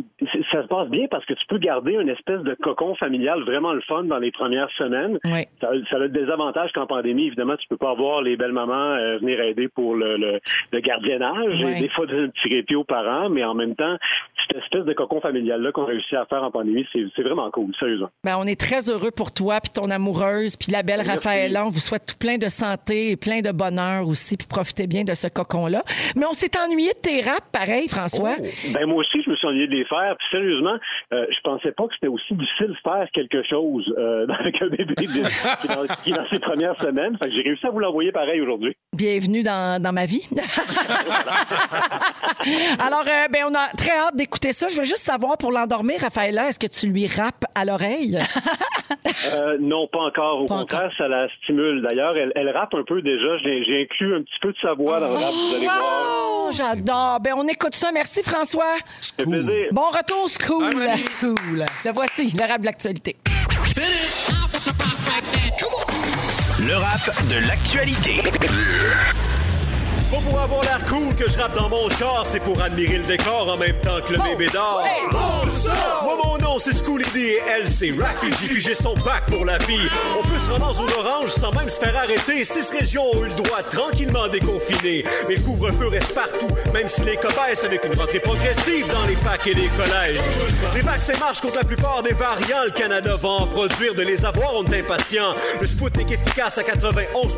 ça se passe bien parce que tu peux garder une espèce de cocon familial vraiment le fun dans les premières semaines.
Oui.
Ça, ça a le désavantage qu'en pandémie, évidemment, tu peux pas avoir les belles mamans euh, venir aider pour le, le, le gardiennage
Ouais.
et des fois donner un petit répit aux parents, mais en même temps, cette espèce de cocon familial-là qu'on réussit à faire en pandémie, c'est c'est vraiment cool, sérieusement.
Ben, on est très heureux pour toi, puis ton amoureuse, puis la belle Raphaëlla. On vous souhaite tout plein de santé et plein de bonheur aussi, puis profitez bien de ce cocon-là. Mais on s'est ennuyé de tes raps, pareil, François.
Ben moi aussi, je me suis ennuyé de les faire. Puis sérieusement, euh, je pensais pas que c'était aussi difficile de faire quelque chose euh, avec un bébé de- qui, est dans, qui est dans ses premières semaines. Fait que j'ai réussi à vous l'envoyer pareil aujourd'hui.
Bienvenue dans, dans ma vie. Alors, euh, ben, on a très hâte d'écouter ça. Je veux juste savoir, pour l'endormir, Raphaëlla, est-ce que tu lui rapes à l'oreille?
Euh, non, pas encore. Au
Pas
contraire, ça la stimule. D'ailleurs, elle, elle rappe un peu déjà. J'ai j'ai inclus un petit peu de sa voix dans le rap. Vous allez voir.
Oh, j'adore. Ben, on écoute ça. Merci, François.
Ça fait plaisir.
Bon retour, school. Le voici, le rap de l'actualité.
Le rap de l'actualité.
Pas pour avoir l'air cool que je rappe dans mon char, c'est pour admirer le décor en même temps que le bébé dort. Moi, mon nom, c'est Scoolidee et elle, c'est Rafiji, puis j'ai son bac pour la vie. On peut se rendre aux oranges sans même se faire arrêter. Six régions ont eu le droit tranquillement déconfiné. Mais le couvre-feu reste partout, même si les copains avec une rentrée progressive dans les facs et les collèges. Les vaccins marchent contre la plupart des variants. Le Canada va en produire, de les avoir, on est impatient. Le Spoutnik efficace à 91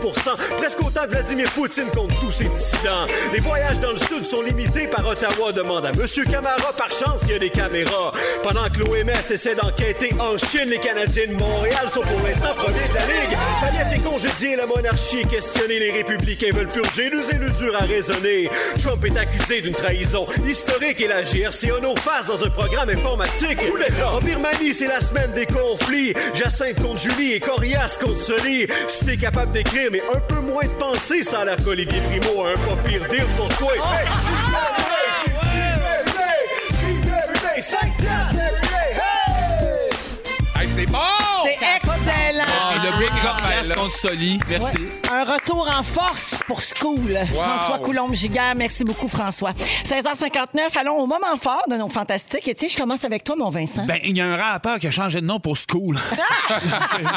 presque autant que Vladimir Poutine contre tous ses dissidents. Les voyages dans le Sud sont limités par Ottawa, demande à Monsieur Camara. Par chance, il y a des caméras. Pendant que l'OMS essaie d'enquêter en Chine, les Canadiens de Montréal sont pour l'instant premiers de la Ligue. Payette est congédié, la monarchie est questionnée, les républicains veulent purger, nous et le dur à raisonner. Trump est accusé d'une trahison historique et la GRC en face dans un programme informatique. Coup d'État. En Birmanie, c'est la semaine des conflits. Jacinthe contre Julie et Corias contre Soli. Si t'es capable d'écrire, mais un peu moins de penser, ça a l'air qu'Olivier Primo a un pas pire deal pour toi. Hey, tu mérites, tu mérites, tu mérites, cinq piastres, hey, hey.
Hey, c'est bon!
C'est excellent.
Ah, le break
Raphaël.
contre Soli. Merci.
Un retour en force pour School. François Coulombe-Giguère, merci beaucoup, François. 16h59, allons au moment fort de nos fantastiques. Et tiens, je commence avec toi, mon Vincent.
Ben, il y a un rappeur qui a changé de nom pour School.
Ah!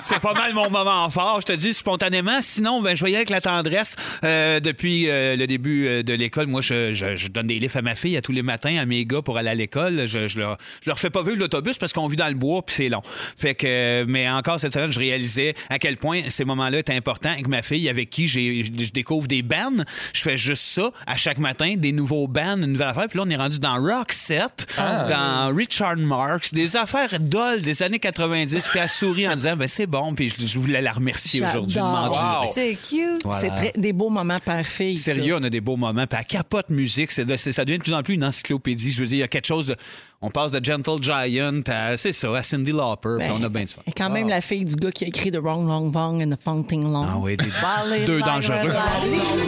c'est pas mal mon moment fort, je te dis spontanément. Sinon, ben, je voyais avec la tendresse. Euh, depuis euh, le début euh, de l'école, moi, je, je- je donne des livres à ma fille à tous les matins, à mes gars pour aller à l'école. Je, je, leur, je leur fais pas vivre l'autobus parce qu'on vit dans le bois puis c'est long. Fait que, euh, mais encore cette semaine, je réalisais à quel quel point ces moments-là étaient importants avec ma fille, avec qui j'ai- je je découvre des bands. Je fais juste ça à chaque matin, des nouveaux bands, une nouvelle affaire. Puis là, on est rendu dans Roxette, dans Richard Marx, des affaires d'ol des années 90. Puis elle sourit en disant, ben c'est bon. Puis je, je voulais la remercier aujourd'hui de
J'adore.
m'endurer.
C'est cute.
Ben, Voilà.
C'est très- des beaux moments père-fille. ça.
Sérieux, on a des beaux moments. Puis à capote musique, c'est de- c'est- ça devient de plus en plus une encyclopédie. Je veux dire, il y a quelque chose de. On passe de Gentle Giant, puis à- c'est ça, à Cindy Lauper, puis
Ben,
on a bien du fun.
Et quand même la fille du gars qui a écrit The Wrong Wrong Wrong and The Fong Ting Long.
Ah oui, des-
Ballet
deux
like
dangereux.
the ballet.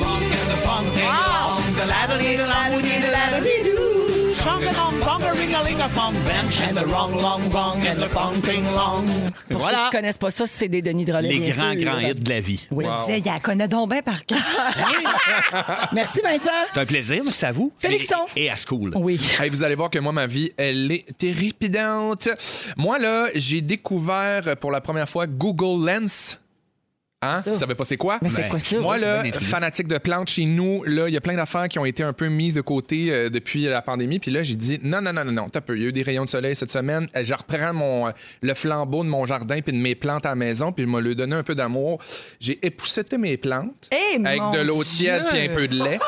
Pour ceux
Voilà.
qui connaissent pas ça, c'est des Denis Drolet,
Les
bien
grands,
sûr.
grands hits de la vie.
Oui.
Je disais, il la connaît donc bien par cœur.
Merci Vincent.
C'est un plaisir, merci à vous.
Félixon.
Et, et à school. Ah,
Oui.
Hey, vous allez voir que moi, ma vie, elle est terripidante. Moi, là, j'ai découvert pour la première fois Google Lens. Hein? Vous savez pas c'est quoi?
Mais
Ben,
c'est quoi ça?
Moi,
c'est
là,
bien intrigué.
fanatique de plantes chez nous, là, il y a plein d'affaires qui ont été un peu mises de côté euh, depuis la pandémie. Puis là, j'ai dit non, non, non, non, non, t'as peu. Il y a eu des rayons de soleil cette semaine. Euh, Je reprends mon, euh, le flambeau de mon jardin puis de mes plantes à la maison, puis je me le donné un peu d'amour. J'ai épousseté mes plantes
Eh,
avec
mon
de l'eau tiède
Dieu!
puis un peu de lait.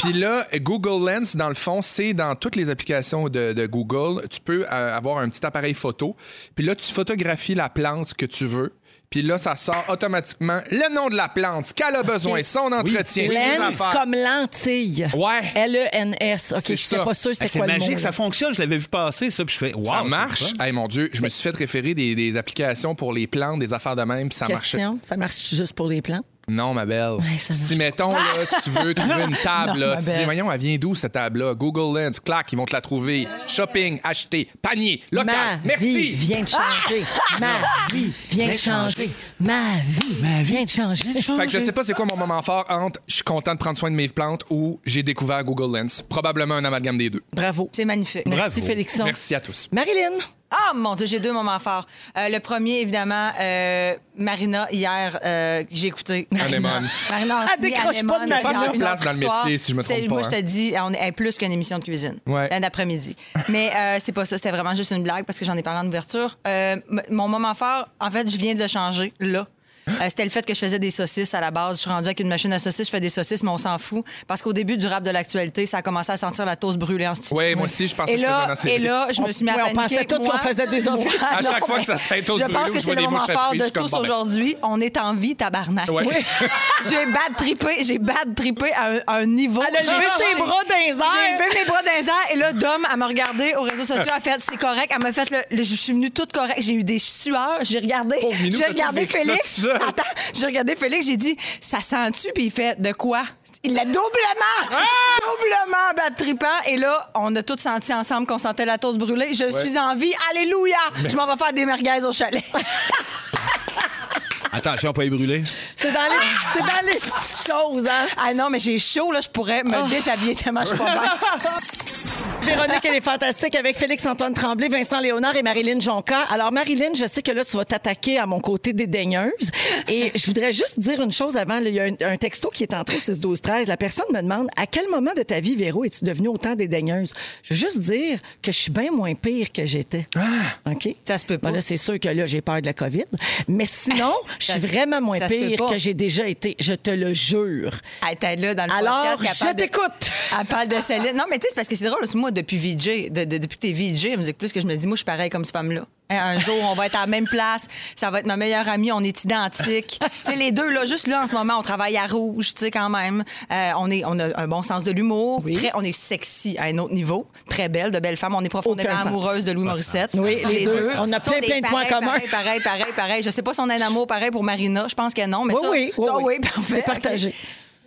puis là, Google Lens, dans le fond, c'est dans toutes les applications de, de Google, tu peux euh, avoir un petit appareil photo. Puis là, tu photographies la plante que tu veux. Puis là, ça sort automatiquement le nom de la plante, ce qu'elle a besoin, son entretien, ses
Lens
affaires.
comme lentille.
Ouais.
L-E-N-S. OK, je
C'est
sais
ça.
pas sûr
Hey,
c'était
C'est
quoi le
magique,
mot,
ça
là.
fonctionne. Je l'avais vu passer, ça, puis je fais wow,
Ça
c'est
marche?
le fun.
Hey, mon Dieu, je me suis fait référer des, des applications pour les plantes, des affaires de même, puis ça marchait.
Question, ça marche juste pour les plans?
Non, ma belle.
Ouais, ça marche
si, mettons, là, tu veux trouver une table,
Non,
là,
ma
tu dis,
belle.
voyons, elle vient d'où, cette table-là? Google Lens, clac, ils vont te la trouver. Shopping, acheter, panier, local.
Ma vie
Merci.
vient de changer. Ma vie Ah! vient de changer. Ma vie vient de changer.
Fait que je sais pas c'est quoi mon moment fort entre je suis content de prendre soin de mes plantes ou j'ai découvert Google Lens. Probablement un amalgame des deux.
Bravo.
C'est magnifique.
Merci, Félixon.
Merci à tous.
Marilyn,
Ah, mon Dieu, j'ai deux moments forts. Euh, le premier, évidemment, euh, Marina, hier, euh, que j'ai écouté. Marina.
Anémone.
Marina
Elle
Orsini,
Ah, décroche
Anémone.
pas de Marina.
regarde,
Pas de
une
place
autre
dans le
histoire.
métier, si je me trompe
C'est-
pas,
Moi, je
hein.
te dis, on est plus qu'une émission de cuisine.
Ouais.
Un après-midi. Mais euh, c'est pas ça, c'était vraiment juste une blague parce que j'en ai parlé en ouverture. Euh, m- mon moment fort, en fait, je viens de le changer, là. Euh, c'était le fait que je faisais des saucisses à la base. Je suis rendue avec une machine à saucisses, je fais des saucisses, mais on s'en fout. Parce qu'au début du rap de l'actualité, ça a commencé à sentir la toast brûlée en studio.
Ouais, moi aussi, je
Et
pensais que je faisais
là,
un ancien-
et là, je me suis mis à
Ouais, on
paniquer.
pensait tous
moi.
qu'on faisait des enfants.
À chaque
Non,
fois que ça se fait, tous
Je
brûlés
pense
ou
que
je
c'est
vois
le
des
moment
mouches à
fort
frites,
de
je suis
tous
comme, bon, ben.
aujourd'hui. On est en vie, tabarnak.
Ouais. Oui.
j'ai bad trippé, j'ai bad trippé à un, à un niveau.
Elle a
J'ai-
levé ses bras dans les airs.
J'ai levé mes bras dans les airs et là, Dom, elle m'a regardé aux réseaux sociaux, elle a fait, c'est correct. Elle m'a fait, le, le- je suis venue toute correcte. J'ai eu des sueurs, j'ai regardé,
Pauvre Minou,
j'ai
t'as tout
regardé
vécu ça
Félix.
tout seul.
Attends, j'ai regardé Félix, j'ai dit, ça sent-tu? Puis il fait, de quoi? Il l'a doublement,
Ah!
doublement bad trippant. Et là, on a tous senti ensemble qu'on sentait la toast brûlée. Je suis en vie, alléluia! Je m'en vais faire des merguez au chalet.
Attention, pas les brûler.
c'est dans, les- c'est dans les petites choses. Hein?
Ah non, mais j'ai chaud, là, je pourrais me
Ah.
déshabiller tellement je suis pas bien.
Véronique, elle est fantastique avec Félix-Antoine Tremblay, Vincent Léonard et Marilyn Jonca. Alors, Marilyn, je sais que là, tu vas t'attaquer à mon côté dédaigneuse. Et je voudrais juste dire une chose avant. là. Il y a un, un texto qui est entré 6 12 13 La personne me demande à quel moment de ta vie, Véro, es-tu devenue autant dédaigneuse? Je veux juste dire que je suis bien moins pire que j'étais. OK?
Ça se peut pas.
Bon, là, c'est sûr que là, j'ai peur de la COVID. Mais sinon, je
Ça
suis
se-
vraiment moins
ça se peut
pire
pas.
que j'ai déjà été. Je te le jure.
Elle était là dans le
Alors,
podcast. qu'elle
je
parle de-
t'écoute.
Elle parle de Céline. Non, mais tu sais, c'est parce que c'est drôle. parce que Moi, depuis VJ, de- de- depuis que t'es VJ à Musique Plus, que je me dis, moi, je suis pareil comme cette femme-là. Hein, Un jour, on va être à la même place. Ça va être ma meilleure amie. On est identiques. tu sais, les deux, là, juste là, en ce moment, on travaille à rouge, tu sais, quand même. Euh, on, est, on a un bon sens de l'humour.
Oui.
Très- On est sexy à un autre niveau. Très belle, de belles femmes. On est profondément
Aucun sens.
amoureuse de Louis Morissette.
Oui, les deux. On a
Tu sais,
plein,
est
plein de points
pareil,
communs.
Pareil, pareil, pareil, pareil. Je sais pas si on a un amour pareil pour Marina. Je pense que non, mais
Oui,
ça-
oui, oui,
ça,
oui.
parfait.
C'est partagé.
OK.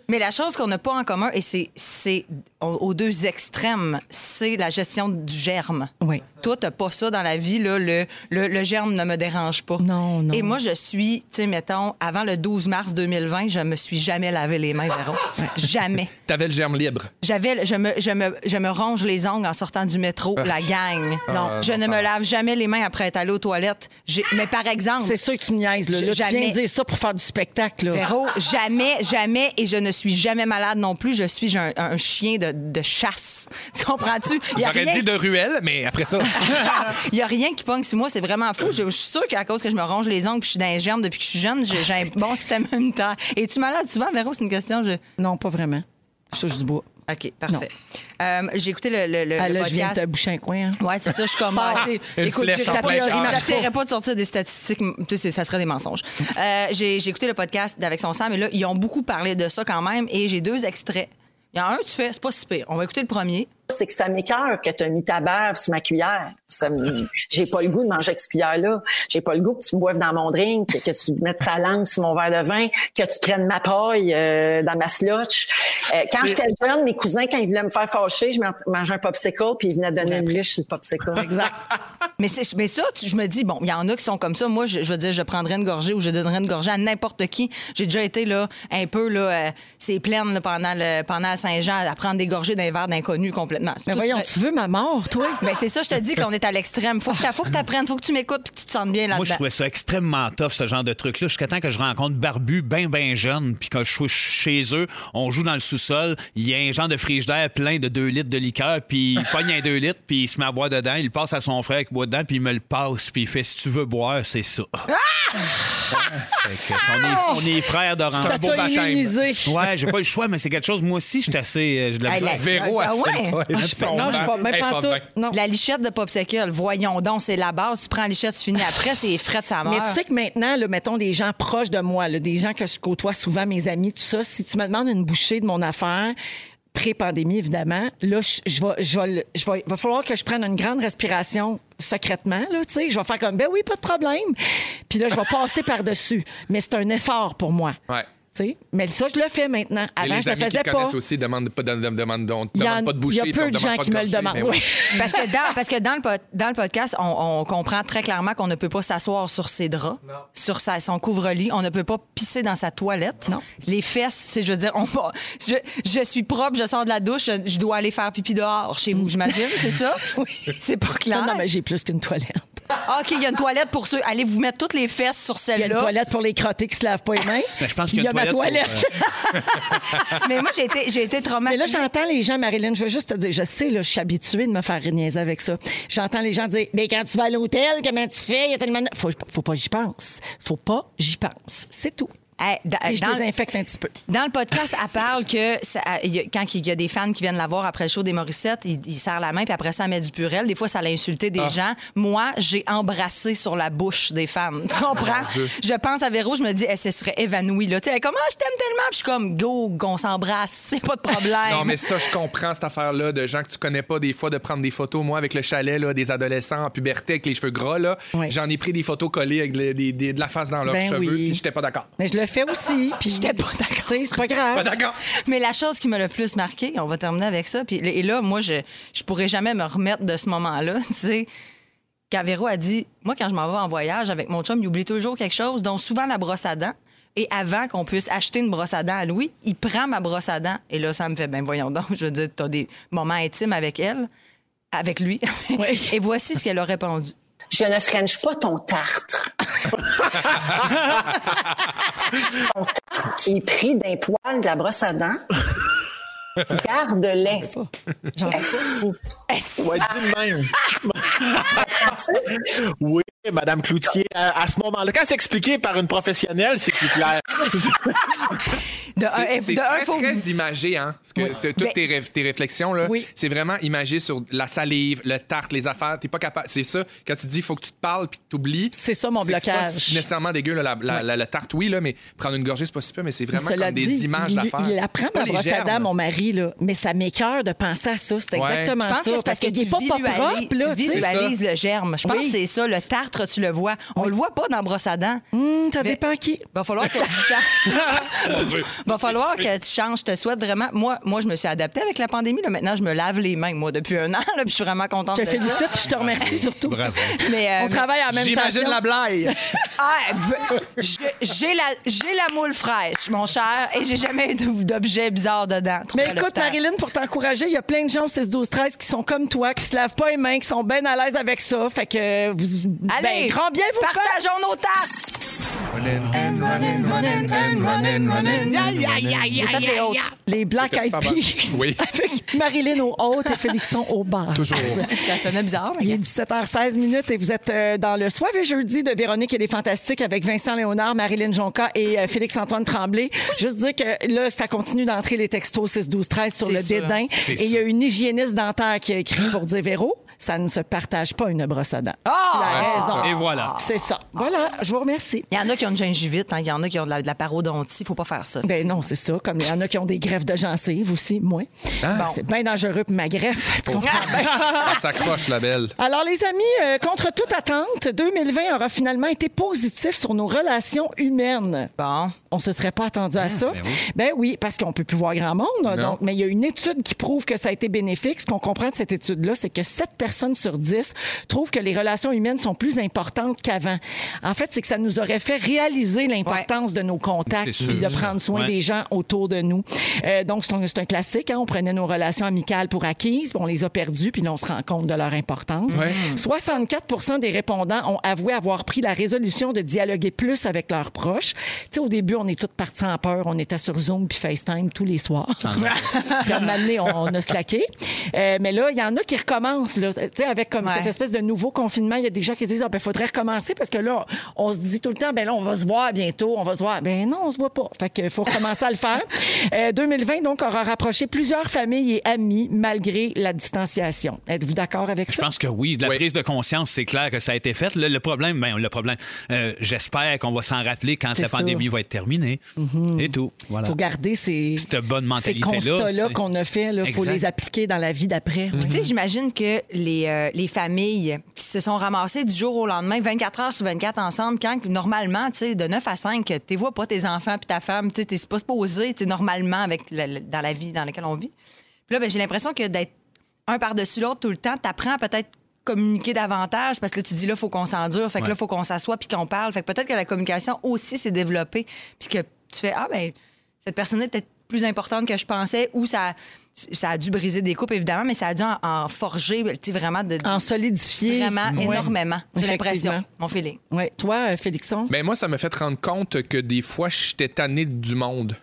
Mais la chose qu'on n'a pas en commun, et c'est- c'est au- aux deux extrêmes, c'est la gestion du germe.
Oui.
Toi, t'as pas ça dans la vie, là, le, le, le germe ne me dérange pas.
Non, non.
Et moi, je suis, tu sais, mettons, avant le 12 mars 2020, je me suis jamais lavé les mains, Véron. jamais.
T'avais le germe libre.
J'avais, le- je me, je me, je me ronge les ongles en sortant du métro, la gang.
Non.
je ne me lave jamais les mains après être allée aux toilettes. J'ai- Mais par exemple,
C'est sûr que tu me niaises. Là.
Je-
Là, tu viens
jamais.
de dire ça pour faire du spectacle. là.
Véro, jamais, jamais, et je ne suis jamais malade non plus. Je suis j'ai un, un chien de, de chasse. Tu comprends-tu? Il y a
J'aurais
rien-
dit de ruelle, mais après ça.
Il n'y a rien qui pogne sur moi, c'est vraiment fou. Je, je suis sûre qu'à cause que je me ronge les ongles puis je suis dans les germes depuis que je suis jeune, j'ai j'ai un bon système immunitaire. Es-tu malade souvent, Véro? C'est une question. Je...
Non, pas vraiment. Je touche du bois.
OK, parfait. Euh, j'ai écouté le, le, le-
Ah,
le
là, je viens de
podcast.
te boucher un coin. hein.
Ouais, c'est ça, je suis comme.
Ah,
ah, tu sais,
une
écoute,
flèche
j'ai-
en plein
j'essaierai
cœur.
j'essaierai pas de sortir des statistiques, m- tu sais, ça serait des mensonges. Euh, j'ai j'ai écouté le podcast d'Avec son sang, mais là, ils ont beaucoup parlé de ça quand même, et j'ai deux extraits. Il y en a un, tu fais, c'est pas si pire. On va écouter le premier.
c'est que ça m'écœure que tu as mis ta bave sur ma cuillère. Ça me- J'ai pas le goût de manger avec cette cuillère-là. J'ai pas le goût que tu me boives dans mon drink, que tu mettes ta langue sur mon verre de vin, que tu prennes ma paille euh, dans ma slush. Euh, quand j'étais jeune, mes cousins, quand ils voulaient me faire fâcher, je man- mangeais un popsicle puis ils venaient donner une liche sur le popsicle. Exact.
Mais, c'est- mais ça, tu- je me dis, bon, il y en a qui sont comme ça. Moi, je, je veux dire, je prendrais une gorgée ou je donnerais une gorgée à n'importe qui. J'ai déjà été là, un peu, là, euh, c'est pleine là, pendant, le, pendant la Saint-Jean, à prendre des gorgées d'un verre d'inconnu complètement.
Mais voyons, tu veux ma mort, toi?
Ben c'est ça, je te dis qu'on est à l'extrême. Faut que t'a- faut que t'apprennes, faut que tu m'écoutes puis que tu te sentes bien
Moi, je
là-dedans.
trouvais ça extrêmement tough, ce genre de truc-là, jusqu'à temps que je rencontre Barbu, ben, ben jeune, puis quand je suis chez eux, on joue dans le sous-sol, il y a un genre de frigidaire plein de 2 litres de liqueur, puis il pogne un 2 litres, puis il se met à boire dedans, il le passe à son frère qui boit dedans, puis il me le passe, puis il fait « si tu veux boire, c'est ça Fait que on, est, on est frères d'orange.
Ça t'a immunisé.
Ouais, j'ai pas eu le choix, mais c'est quelque chose, moi aussi, j'étais assez... euh, j'ai de la
Hey, la-
misère.
Ah ouais?
ouais,
je suis pas-
son
non, je suis pas-
vent.
même
Elle
pas en
porte
tout.
bien.
Non.
La lichette de popsicle, voyons donc, c'est la base. Tu prends la lichette, tu finis après, c'est frais de sa mort.
Mais tu sais que maintenant, là, mettons des gens proches de moi, là, des gens que je côtoie souvent, mes amis, tout ça, si tu me demandes une bouchée de mon affaire, pré-pandémie évidemment, là, je, je vais, je vais, le- je vais- va falloir que je prenne une grande respiration secrètement, là, tu sais. Je vais faire comme, ben oui, pas de problème. Puis là, je vais passer par-dessus. Mais c'est un effort pour moi.
Ouais.
tu sais. Mais ça, je le fais maintenant.
Mais
Avant,
les
je le
amis qui
faisais pas.
le connaissent aussi demandent pas de, de- demandent- on te
Il y en-
demande pas de boucher.
il y a
puis on
peu de
te demande
gens
pas
qui me le
gorgée, mais
demandent.
ouais.
oui.
Parce que dans, parce que dans, le, pod- dans le podcast, on, on comprend très clairement qu'on ne peut pas s'asseoir sur ses draps, sur sa, son couvre-lit. On ne peut pas pisser dans sa toilette.
Non.
Les fesses, c'est, je veux dire, on, va- je, je suis propre, je sors de la douche, je, je dois aller faire pipi dehors chez vous, j'imagine, c'est ça? Oui. C'est pas clair.
Non, non, mais j'ai plus qu'une toilette.
Ah, OK, il y a une toilette pour ceux. Allez vous mettre toutes les fesses sur
Il y a une
celle-là.
toilette pour les crottés qui se lavent pas les mains.
Ben, je pense
Puis
qu'il y a une
ma
toilette pour, euh,
toilette.
Mais moi, j'ai été, j'ai été
Mais là,
traumatisée.
j'entends les gens, Marilyn, je veux juste te dire, je sais, là, je suis habituée de me faire niaiser avec ça. J'entends les gens dire, mais quand tu vas à l'hôtel, comment tu fais? Il y a tellement de... Faut, faut pas que j'y pense. Faut pas que j'y pense. C'est tout.
Hey, da-
Et je
dans-
désinfecte un petit peu.
Dans le podcast, elle parle que ça- il y a- quand il y a des fans qui viennent la voir après le show des Morissettes, ils il serrent la main, puis après ça, elle met du purel. Des fois, ça l'a insulté
Ah.
des gens. Moi, j'ai embrassé sur la bouche des femmes.
Ah,
Tu comprends? je pense à Véro, je me dis, elle se serait évanouie. Là. Tu sais, elle est comme, Ah, je t'aime tellement. Puis je suis comme, go, on s'embrasse, c'est pas de problème.
Non, mais ça, je comprends cette affaire-là de gens que tu connais pas des fois, de prendre des photos. Moi, avec le chalet, là, des adolescents en puberté avec les cheveux gras, là,
Oui.
j'en ai pris des photos collées avec les- des- des- de la face dans leurs
Ben
cheveux,
oui.
puis j'étais pas d'accord.
Mais je le fais aussi. Puis
J'étais pas d'accord.
Tu sais, C'est pas grave.
Pas d'accord.
Mais la chose qui m'a le plus marqué, on va terminer avec ça. Puis, et là, moi, je je pourrais jamais me remettre de ce moment-là. C'est quand Véro a dit Moi, quand je m'en vais en voyage avec mon chum, il oublie toujours quelque chose, dont souvent la brosse à dents. Et avant qu'on puisse acheter une brosse à dents à Louis, il prend ma brosse à dents. Et là, ça me fait Ben voyons donc, je veux dire, t'as des moments intimes avec elle, avec lui. et voici ce qu'elle a répondu.
Je ne french pas ton tartre. ton tartre qui est pris d'un poil de la brosse à dents. Garde-les.
Est-ce-
Ouais, dis de même. oui, Madame Cloutier, à, à ce moment-là, quand c'est expliqué par une professionnelle, c'est plus clair.
De
Ah,
un,
eh,
C'est-
et-
C'est
de un,
très,
faut-
très imagé, hein? Parce que c'est- toutes
Ben,
tes, rêves- tes réflexions, là,
Oui.
c'est vraiment imagé sur la salive, le tarte, les affaires. T'es pas capable. C'est ça, quand tu dis faut que tu te parles puis que t'oublies.
C'est ça, mon
c'est pas
blocage.
si nécessairement dégueu, là, la, la, la- la tarte, oui, là, mais prendre une gorgée, c'est pas si peu, mais c'est vraiment
Cela
comme des
dit,
images
il-
d'affaires.
Il apprend
C'est pas
ma
les
brosse à
germes.
dents, mon mari, là. Mais ça m'écoeure de penser à ça. C'est
Ouais.
exactement
Je pense
ça.
que c'est parce que,
qu'il
tu,
est pas, pas
visualises,
propre, là.
tu
tu sais.
visualises
C'est
le germe. Je pense
Oui.
que c'est ça. Le tartre, tu le vois. On le voit pas dans brosse à dents.
Hum, ça
Mais-
dépend qui.
Va falloir que tu
Ah
changes. Va falloir que tu changes. Je te souhaite vraiment. Moi, moi, je me suis adaptée avec la pandémie. Là. Maintenant, je me lave les mains, moi, depuis un an. Là, puis je suis vraiment contente
Je te
de ça.
félicite puis je te remercie surtout.
Mais, euh,
On travaille à la même
J'imagine
station.
la blague.
Ah, v- j'ai- j'ai la, j'ai la moule fraîche, mon cher, et j'ai jamais eu d- d'objet bizarre dedans. Trouvé
Mais
à
écoute,
l'hôpital.
Marilyn, pour t'encourager, il y a plein de gens au 6, 12, 13 qui sont comme toi, qui se lavent pas les mains, qui sont bien à l'aise avec ça. Fait que vous.
Allez,
ben, grand bien vous
partageons
faites.
nos tasses.
J'ai fait les hautes. Les Black Eyed Peas. Avec Marilyn aux hautes et Félixon au bar.
Toujours. Ça sonnait bizarre.
Il est 17h16 minutes et vous êtes euh, dans le Soir et jeudi de Véronique et les Fantastiques avec Vincent Léonard, Marilyn Jonca et euh, Félix-Antoine Tremblay. Juste dire que là, ça continue d'entrer les textos 6-12-13 sur
C'est
le
sûr.
dédain.
C'est
Et il y a une hygiéniste dentaire qui a écrit pour dire Véro, ça ne se partage pas une brosse à dents. Tu as raison.
Et voilà.
C'est ça. Voilà, je vous remercie.
Il y en a qui ont une gingivite, hein, il y en a qui ont de la, de la parodontie, faut pas faire ça.
Ben non, c'est ça. Comme il y en a qui ont des greffes de gencives aussi, moi. Bon, C'est bien dangereux pour ma greffe. Tu comprends bien?
Ça s'accroche, la belle.
Alors, les amis, euh, contre toute attente, 2020 aura finalement été positif sur nos relations humaines.
Bon.
On se serait pas attendu à ça.
ben
Ben
oui.
oui, parce qu'on peut plus voir grand monde. hein,
Non.
Donc, mais il y a une étude qui prouve que ça a été bénéfique. Ce qu'on comprend de cette étude-là, c'est que 7 personnes sur 10 trouvent que les relations humaines sont plus importantes qu'avant. En fait, c'est que ça nous aurait fait réaliser l'importance de nos contacts
C'est
puis de
sûr.
prendre soin
Ouais.
des gens autour de nous. Euh, donc, c'est un, c'est un classique. hein. On prenait nos relations amicales pour acquises, puis on les a perdues, puis là, on se rend compte de leur importance.
Ouais.
64 des répondants ont avoué avoir pris la résolution de dialoguer plus avec leurs proches. Tu sais, au début, on est tous partis en peur. On était sur Zoom puis FaceTime tous les soirs. puis à un moment donné, on, on a slacké. Euh, mais là, il y en a qui recommencent. Là. Tu sais, avec comme
Ouais.
cette espèce de nouveau confinement, il y a des gens qui disent, ah, ben, faudrait recommencer parce que là, on, on se dit tout le temps, ben là, on va se voir bientôt, on va se voir. Ben non, on se voit pas. Fait qu'il faut recommencer à le faire. Euh, 2020, donc, aura rapproché plusieurs familles et amis malgré la distanciation. Êtes-vous d'accord avec
Je
ça?
pense que oui, de la prise de conscience, c'est clair que ça a été fait. Le, le problème, ben, le problème, euh, j'espère qu'on va s'en rappeler quand
C'est
la pandémie
sûr. Mhm.
va être terminée. Et tout. Voilà.
faut garder ces,
Cette bonne
ces
mentalité-là.
constats-là
c'est-
qu'on a fait. Il faut
Exact. Mm.
les appliquer dans la vie d'après.
Puis, tu sais, j'imagine que les, euh, les familles qui se sont ramassées du jour au lendemain, 24 heures sur 24 ensemble, quand normalement, tu sais, de 9 à 5, tu vois pas tes enfants puis ta femme, tu sais, t'es pas supposé, tu sais, normalement, avec la- la- dans la vie dans laquelle on vit. Puis là, ben, j'ai l'impression que d'être un par-dessus l'autre tout le temps, t'apprends à peut-être communiquer davantage parce que là, tu dis là, faut qu'on s'endure, fait que
Ouais.
là, faut qu'on s'assoie puis qu'on parle. Fait que peut-être que la communication aussi s'est développée puis que tu fais, ah, ben, cette personne est peut-être plus importante que je pensais ou ça, ça a dû briser des coupes, évidemment, mais ça a dû en, en forger, tu sais, vraiment de.
En solidifier.
Vraiment
Ah Ouais.
énormément. J'ai
Effectivement.
l'impression. Mon feeling.
Oui. Toi, euh, Félixon?
Ben moi, ça m'a fait rendre compte que des fois, j'étais tanné du monde.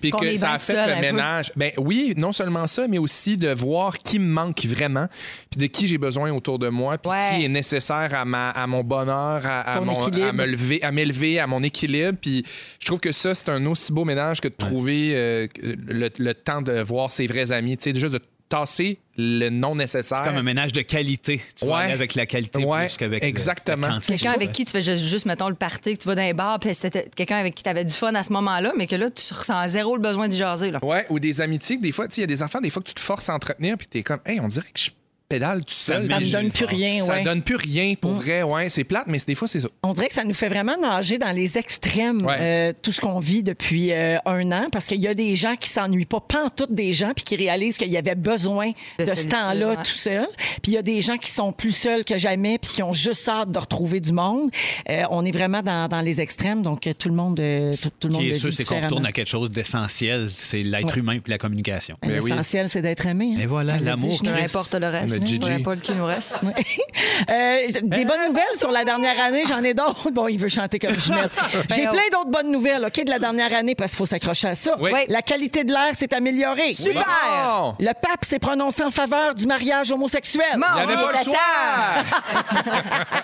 Puis
Qu'on est
que ça
bien
a
seul
fait
un peu.
le ménage. Ben oui, non seulement ça, mais aussi de voir qui me manque vraiment, puis de qui j'ai besoin autour de moi, puis qui est nécessaire à, ma, à mon bonheur, à, à
Ton
mon-
équilibre.
à me lever, à m'élever, à mon équilibre. Puis je trouve que ça, c'est un aussi beau ménage que de trouver euh, le, le temps de voir ses vrais amis. Tu sais, juste de tasser le non nécessaire.
C'est comme un ménage de qualité. Tu vois,
Ouais.
aller avec la qualité
Ouais,
plus qu'avec le-
exactement.
la quantité.
Quelqu'un avec qui tu fais ju- juste, mettons, le party, que tu vas dans les bars, puis c'était quelqu'un avec qui tu avais du fun à ce moment-là, mais que là, tu ressens zéro le besoin d'y jaser. Là.
Ouais, ou des amitiés que des fois, tu sais, il y a des enfants, des fois que tu te forces à entretenir, puis t'es comme, hey, on dirait que je pédale tout seul.
Ça me
puis
donne
je-
plus rien,
Ça
ouais. Mm.
donne plus rien, pour vrai, ouais. C'est plate, mais c'est- des fois, c'est ça.
On dirait que ça nous fait vraiment nager dans les extrêmes,
Ouais.
euh, tout ce qu'on vit depuis euh, un an, parce qu'il y a des gens qui s'ennuient pas, pas en tout des gens, puis qui réalisent qu'il y avait besoin
De
de, ce
solitude,
temps-là
ouais.
tout seul. Puis il y a des gens qui sont plus seuls que jamais, puis qui ont juste hâte de retrouver du monde. Euh, on est vraiment dans, dans les extrêmes, donc euh, tout le monde, euh, tout, tout le monde
qui
le
est sûr,
vit
c'est qu'on
différemment.
retourne à quelque chose d'essentiel, c'est l'être
Ouais.
humain puis la communication.
Ben, L'essentiel, c'est d'être aimé. hein.
Ben Et voilà,
Elle l'a
l'amour,
dit, je
Chris.
n'aurais
Peu
pas
importe le reste,
Mais
Gigi.
Gigi.
peu
importe qui nous reste.
Euh, des bonnes nouvelles sur la dernière année, j'en ai d'autres. Bon, il veut chanter comme Ginette. J'ai
Ben, oh.
plein d'autres bonnes nouvelles, OK, de la dernière année, parce qu'il faut s'accrocher à ça.
Oui. Oui.
La qualité de l'air s'est améliorée.
Super! Bon.
Le pape s'est prononcé en faveur du mariage homosexuel.
Mon Il avait Dieu, pas le choix.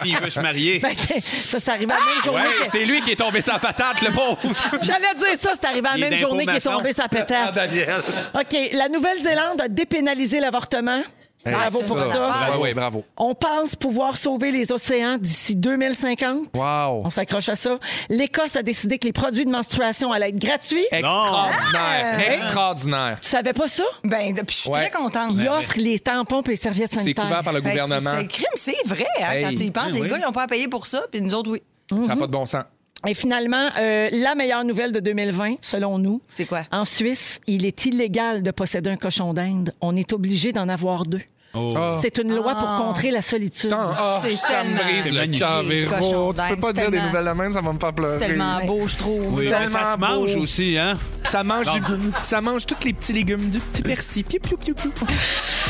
S'il veut se marier.
Ben, c'est- ça, c'est arrivé à la même journée.
Ouais,
que-
c'est lui qui est tombé sa patate, le pauvre.
J'allais dire ça, c'est arrivé à la
Il est
même
d'impôt
journée qu'il est
maçon.
tombé sa pétale.
Ah, Daniel.
OK, la Nouvelle-Zélande a dépénalisé l'avortement.
Hey,
Bravo pour ça.
Bravo, ouais, bravo.
On pense pouvoir sauver les océans d'ici 2050.
Wow.
On s'accroche à ça. L'Écosse a décidé que les produits de menstruation allaient être gratuits.
Extraordinaire.
Ah!
Hein? Extraordinaire.
Tu savais pas ça?
Ben, puis je suis
Ouais.
très contente.
Ils offrent les tampons et les serviettes
C'est
sanitaires.
couvert par le
Ben, c'est-
gouvernement.
c'est crime, c'est vrai. hein,
Hey.
Quand tu y penses,
Oui,
les
oui.
gars, ils n'ont pas à payer pour ça, puis nous autres, oui.
Ça n'a pas de bon sens.
Et finalement, euh, la meilleure nouvelle de 2020, selon nous.
C'est quoi?
En Suisse, il est illégal de posséder un cochon d'Inde. On est obligé d'en avoir deux. Oh. C'est une loi pour contrer la solitude.
Ah, ça me brise le cœur, Véro. Tu peux pas dire des nouvelles de même, ça va me faire pleurer.
C'est tellement beau, je trouve.
Oui,
C'est
mais ça
tellement
se mange
beau.
aussi, hein?
Ça mange,
Bon.
du, ça mange tous les petits légumes du petit persil. Piou, piou, piou, piou.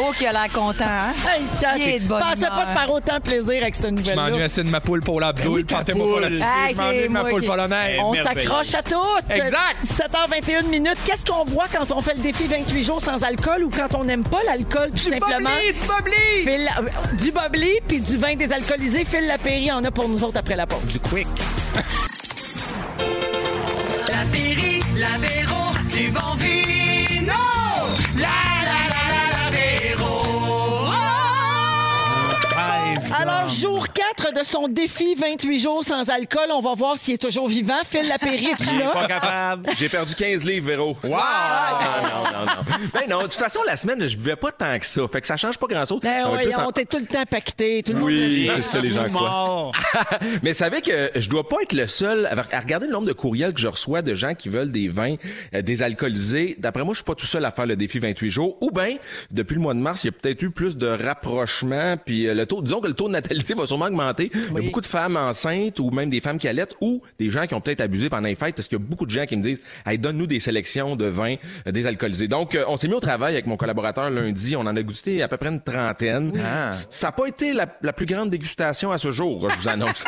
Oh, qu'il a l'air content, hein?
Hey, Kat,
Il est de bonne
pensais pas
humeur.
te faire autant plaisir avec cette
Je m'ennuie
nouvelle-là.
assez de ma poule pour la boule. Partez-moi pas là-dessus.
Hey,
Je
c'est
m'ennuie de ma
moi
poule
qui-
polonaise.
On s'accroche à toutes.
Exact.
7h21 minutes. Qu'est-ce qu'on boit quand on fait le défi 28 jours sans alcool ou quand on n'aime pas l'alcool, tout simplement?
du bobli!
Phil- euh, du bobli puis du vin désalcoolisé. Phil Lapéry en a pour nous autres après la pause.
Du quick.
La Péri, l'apéro, du bon vino. La la la la l'apéro.
Oh!
Alors, jour 4 de son défi 28 jours sans alcool, on va voir s'il est toujours vivant. Phil Lapéry, es-tu là?
Pas capable.
J'ai perdu 15 livres, Véro. Wow! Non, non, non, non. Ben non, de toute façon, la semaine, je buvais pas tant que ça. Fait que ça change pas grand-chose.
Ben
Ça va être
oui,
plus en-
on t'est tout le temps pacté. Tout le monde
Oui,
le fait.
c'est ça les gens quoi.
Ah,
Mais savez que je dois pas être le seul à à regarder le nombre de courriels que je reçois de gens qui veulent des vins euh, désalcoolisés. D'après moi, je suis pas tout seul à faire le défi 28 jours. Ou bien, depuis le mois de mars, il y a peut-être eu plus de rapprochements. Puis euh, le taux, disons que le taux de natalité va sûrement augmenter. Il y a beaucoup de femmes enceintes ou même des femmes qui allaitent ou des gens qui ont peut-être abusé pendant les fêtes parce qu'il y a beaucoup de gens qui me disent, hey, donne-nous des sélections de vins euh, désalcoolisés. Donc, euh, on s'est mis au travail avec mon collaborateur lundi. On en a goûté à peu près une trentaine.
Ah.
Ça n'a pas été la, la plus grande dégustation à ce jour, je vous annonce.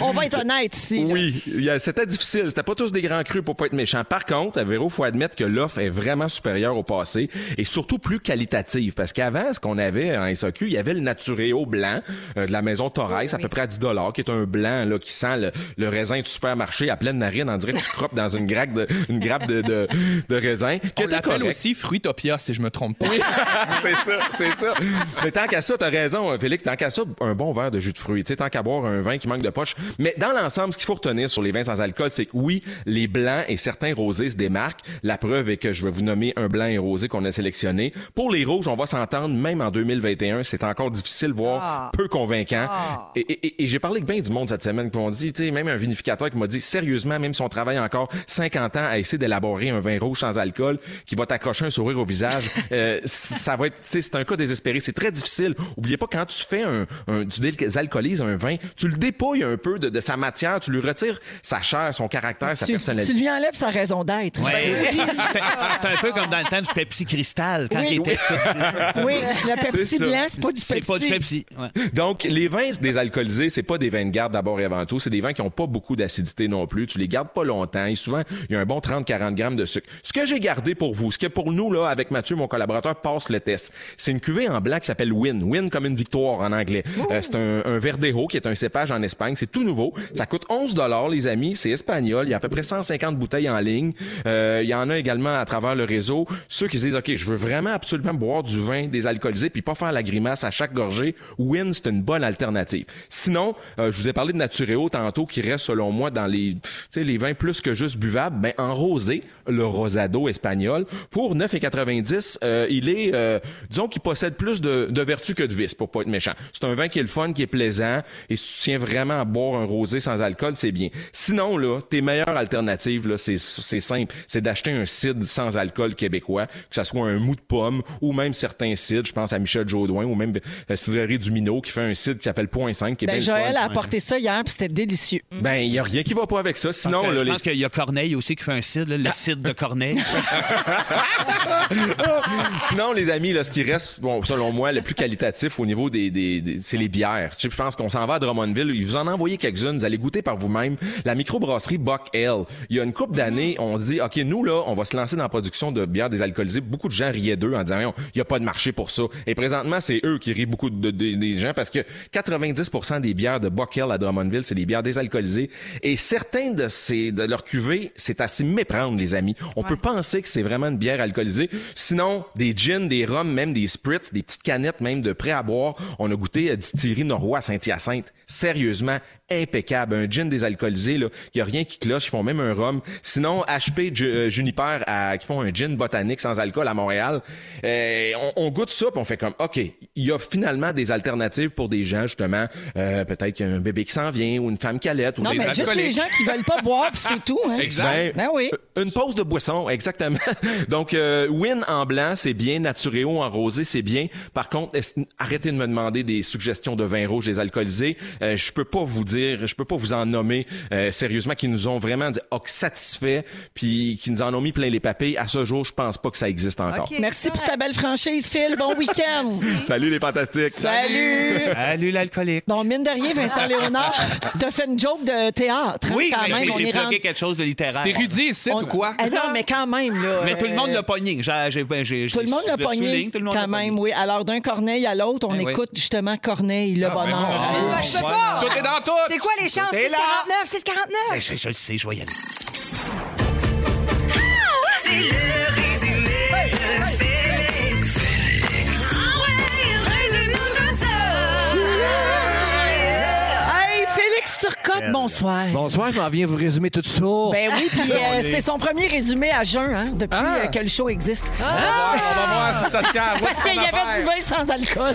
On va être honnête ici. là.
oui, il y a- c'était difficile. C'était pas tous des grands crus pour pas être méchant. Par contre, à Véro, faut admettre que l'offre est vraiment supérieure au passé et surtout plus qualitative. Parce qu'avant, ce qu'on avait en SAQ, il y avait le Natureo blanc euh, de la maison Torres, à peu près à 10 qui est un blanc là, qui sent le, le raisin du supermarché à pleine narine. On dirait que tu croppes dans une, grappe de, une grappe de, de, de raisin. qui
On
était
l'appelle
correct.
aussi Fruitopia, si je me trompe pas.
c'est ça, c'est ça. Mais tant qu'à ça, t'as raison, hein, Félix. Tant qu'à ça, un bon verre de jus de fruits. Tu sais, tant qu'à boire un vin qui manque de poche. Mais dans l'ensemble, ce qu'il faut retenir sur les vins sans alcool, c'est que oui, les blancs et certains rosés se démarquent. La preuve est que je vais vous nommer un blanc et rosé qu'on a sélectionné. Pour les rouges, on va s'entendre même en 2021. C'est encore difficile, voire
Ah.
peu convaincant.
Ah.
Et, et- et- et j'ai parlé avec bien du monde cette semaine qui m'ont dit, tu sais, même un vinificateur qui m'a dit, sérieusement, même si on travaille encore 50 ans à essayer d'élaborer un vin rouge sans alcool qui va t'accrocher un sourire au visage, euh, ça va être, tu sais, c'est un cas désespéré. C'est très difficile. Oubliez pas, quand tu fais un, un tu désalcoolises un vin, tu le dépouilles un peu de, de sa matière, tu lui retires sa chair, son caractère, sa
Tu, tu
personnalité.
lui enlèves sa raison d'être.
Ouais. C'était- C'était un peu comme dans le temps du Pepsi Cristal, quand
Oui.
il était tout blanc.
Oui, le Pepsi
C'est ça.
blanc, c'est pas du Pepsi.
C'est pas du Pepsi. ouais.
Donc, les vins désalcoolisés, c'est pas des vins de garde d'abord et avant tout. C'est des vins qui ont pas beaucoup d'acidité non plus. Tu les gardes pas longtemps. Et souvent, il y a un bon 30-40 grammes de sucre. Ce que j'ai gardé pour vous, ce que pour nous, là, avec Mathieu, mon collaborateur, passe le test, c'est une cuvée en blanc qui s'appelle Win. Win comme une victoire en anglais. Euh, c'est un, un Verdejo qui est un cépage en Espagne. C'est tout nouveau. Ça coûte 11 les amis. C'est espagnol. Il y a à peu près 150 bouteilles en ligne. Euh, il y en a également à travers le réseau. Ceux qui se disent, OK, je veux vraiment absolument boire du vin désalcoolisé puis pas faire la grimace à chaque gorgée, Win, c'est une bonne alternative. Sinon, euh, je vous ai parlé de Natureo tantôt qui reste, selon moi, dans les, tu sais, les vins plus que juste buvables. Ben, en rosé, le rosado espagnol, pour 9,90, euh, il est, euh, disons qu'il possède plus de, de vertus que de vices, pour pas être méchant. C'est un vin qui est le fun, qui est plaisant, et si tu tiens vraiment à boire un rosé sans alcool, c'est bien. Sinon, là, tes meilleures alternatives, là, c'est, c'est simple, c'est d'acheter un cidre sans alcool québécois, que ça soit un mou de pomme ou même certains cidres, je pense à Michel Jaudoin ou même la cidrerie du Minot qui fait un cidre qui s'appelle Point 5, qui est bien
Ben,
le
Joël
fun.
a apporté ça hier, puis c'était délicieux.
Ben, il y a rien qui va pas avec ça.
Je pense
Sinon,
que-
là,
je
les- Ah.
pense qu'il y a Corneille aussi qui fait un cidre, là, le cidre de Corneille.
Sinon, les amis, là, ce qui reste, bon, selon moi, le plus qualitatif au niveau des, des, des- c'est les bières. Tu sais, je pense qu'on s'en va à Drummondville. Ils vous en ont envoyé quelques-unes. Vous allez goûter par vous-même. La microbrasserie Buck Ale. Il y a une couple d'années, on dit, OK, nous, là, on va se lancer dans la production de bières désalcoolisées. Beaucoup de gens riaient d'eux en disant, Voyons, il n'y a pas de marché pour ça. Et présentement, c'est eux qui rient beaucoup de- de- des gens parce que 90% des bières de Buck Ale à Drummondville, c'est des bières désalcoolisées. Et certains de ces, de leurs cuvées, c'est à s'y méprendre, les amis. On peut penser que c'est vraiment une bière alcoolisée. Sinon, des gins, des rums, même des spritz, des petites canettes même de prêt à boire. On a goûté à Distillerie Norrois à Saint-Hyacinthe. Sérieusement, impeccable. Un gin désalcoolisé, là. Il y a rien qui cloche. Ils font même un rhum. Sinon, HP Ju- euh, Juniper à- qui font un gin botanique sans alcool à Montréal. Euh, on, on goûte ça puis on fait comme, OK, il y a finalement des alternatives pour des gens. Je justement, euh, peut-être qu'il y a un bébé qui s'en vient ou une femme qui allait ou
Non,
des
mais juste
alcooliques.
les gens qui veulent pas boire, puis c'est tout. Hein.
Exact.
Ben oui.
euh, Une pause de boisson, exactement. Donc, euh, Win en blanc, c'est bien. Natureo en rosé, c'est bien. Par contre, est-ce- arrêtez de me demander des suggestions de vins rouges désalcoolisés. Euh, je peux pas vous dire, je peux pas vous en nommer euh, sérieusement qui nous ont vraiment dit oh, satisfaits, puis qui nous en ont mis plein les papilles. À ce jour, je pense pas que ça existe encore.
Merci pour ta belle franchise, Phil. Bon week-end.
Salut les fantastiques.
Salut.
Salut l'alcoolique.
Bon, mine de rien, Vincent Léonard, t'as fait une joke de théâtre. hein,
Oui,
quand
mais
même.
j'ai-
on
j'ai
est
bloqué
rendu-
quelque chose de littéraire.
C'est érudit,
ici
On- Ah non, mais quand même, là.
Mais tout le monde
euh,
l'a pogné. J'ai- j'ai- ben, j'ai- je
Tout le monde l'a pogné,
souligne, tout le monde l'a
quand même, oui. Alors, d'un Corneille à l'autre, on
Eh oui. Ah, ben
écoute justement Corneille, le bonheur.
bon,
C'est-
bon,
Je sais
bon.
pas.
Tout est dans tout.
C'est quoi les chances?
Tout est là.
649, 649.
Eh, Je, je le sais, je vais y aller.
Oh,
C'est le résumé de Félix. Ah ouais, résume-nous tout ça.
Hey, Félix Turcotte, bonsoir.
Bonsoir, je m'en viens vous résumer tout ça.
Ben oui, puis euh,
On est-
c'est son premier résumé à jeun, hein, depuis
Ah.
euh, que le show existe.
Ah!
Ah!
On va voir si ça tient à route,
Parce qu'il y
son
avait
affaire.
du vin sans alcool.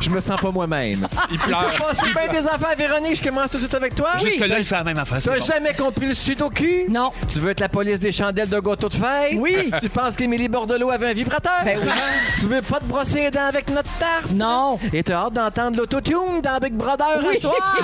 Je me sens pas moi-même.
Il pleure.
Il se passe bien des affaires, Véronique. Je commence tout de suite avec toi.
Jusque-là, il fait la même affaire. c'est
T'as
bon.
jamais compris le sudoku?
Non.
Tu veux être la police des chandelles de gâteau de fête?
Oui.
Tu penses qu'Émilie Bordelot avait un vibrateur?
Ben oui.
Tu veux pas te brosser les dents avec notre tarte?
Non.
Et t'as hâte d'entendre l'autotune dans Big Brother
Oui.
un soir?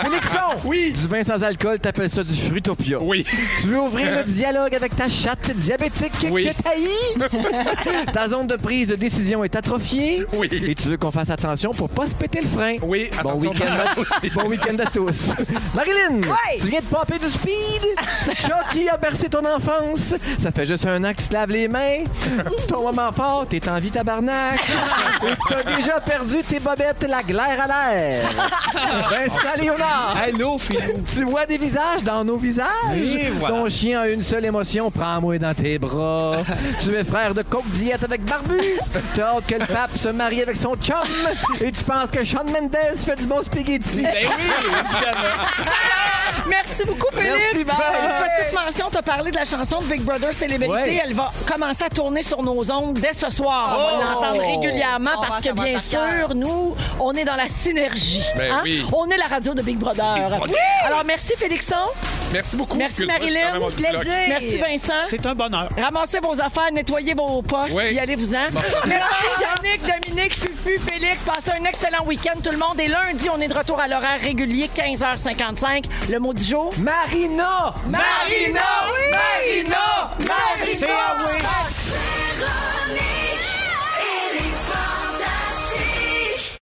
Félixon! Oui. Du vin sans alcool, t'appelles ça du frutopia. Oui. Tu veux ouvrir le dialogue avec ta chatte diabétique que t'as haï? Ta zone de prise de décision est atrophiée. Oui. Et tu veux qu'on fasse attention pour pas se péter le frein. Oui, bon
attention.
week-end à, bon week-end à tous. Marilyn,
Ouais.
tu viens de pomper du speed. Chucky a bercé ton enfance. Ça fait juste un an que tu te laves les mains. Ton moment fort, t'es en vie tabarnak. Et t'as déjà perdu tes bobettes, la glaire à l'air. Vincent Léonard.
Allô, Philou.
Tu vois des visages dans nos visages.
Et voilà.
Ton chien a une seule émotion, prends-moi dans tes bras. tu es frère de Coke Diète avec Barbu. T'as hâte que le pape se marie avec son chum. Et tu penses que Sean Mendes fait du bon spaghetti.
Ben oui, évidemment.
Merci beaucoup, Félix.
Merci, bye.
Une petite mention, t'as parlé de la chanson de Big Brother Célébrité.
Ouais.
Elle va commencer à tourner sur nos ondes dès ce soir. On va
Oh.
l'entendre régulièrement
On va
parce que,
savoir
bien
par
sûr, nous, on est dans la synergie. hein?
Ben oui.
On est la radio de Big Brother.
Big Brother.
Oui. Alors, merci, Félixon.
Merci beaucoup.
Merci,
Excuse-moi, je
Marilyn.
ferme mon petit bloc.
Merci, Vincent.
C'est un bonheur.
Ramassez vos affaires, nettoyez vos postes,
Oui.
puis allez-vous-en.
Bon.
Merci, Yannick, Dominique, Fufu, Félix. Passez un excellent week-end, tout le monde. Et lundi, on est de retour à l'horaire régulier, 15h55. Le mot du jour?
Marina!
Marina! Marina! Marina!
C'est à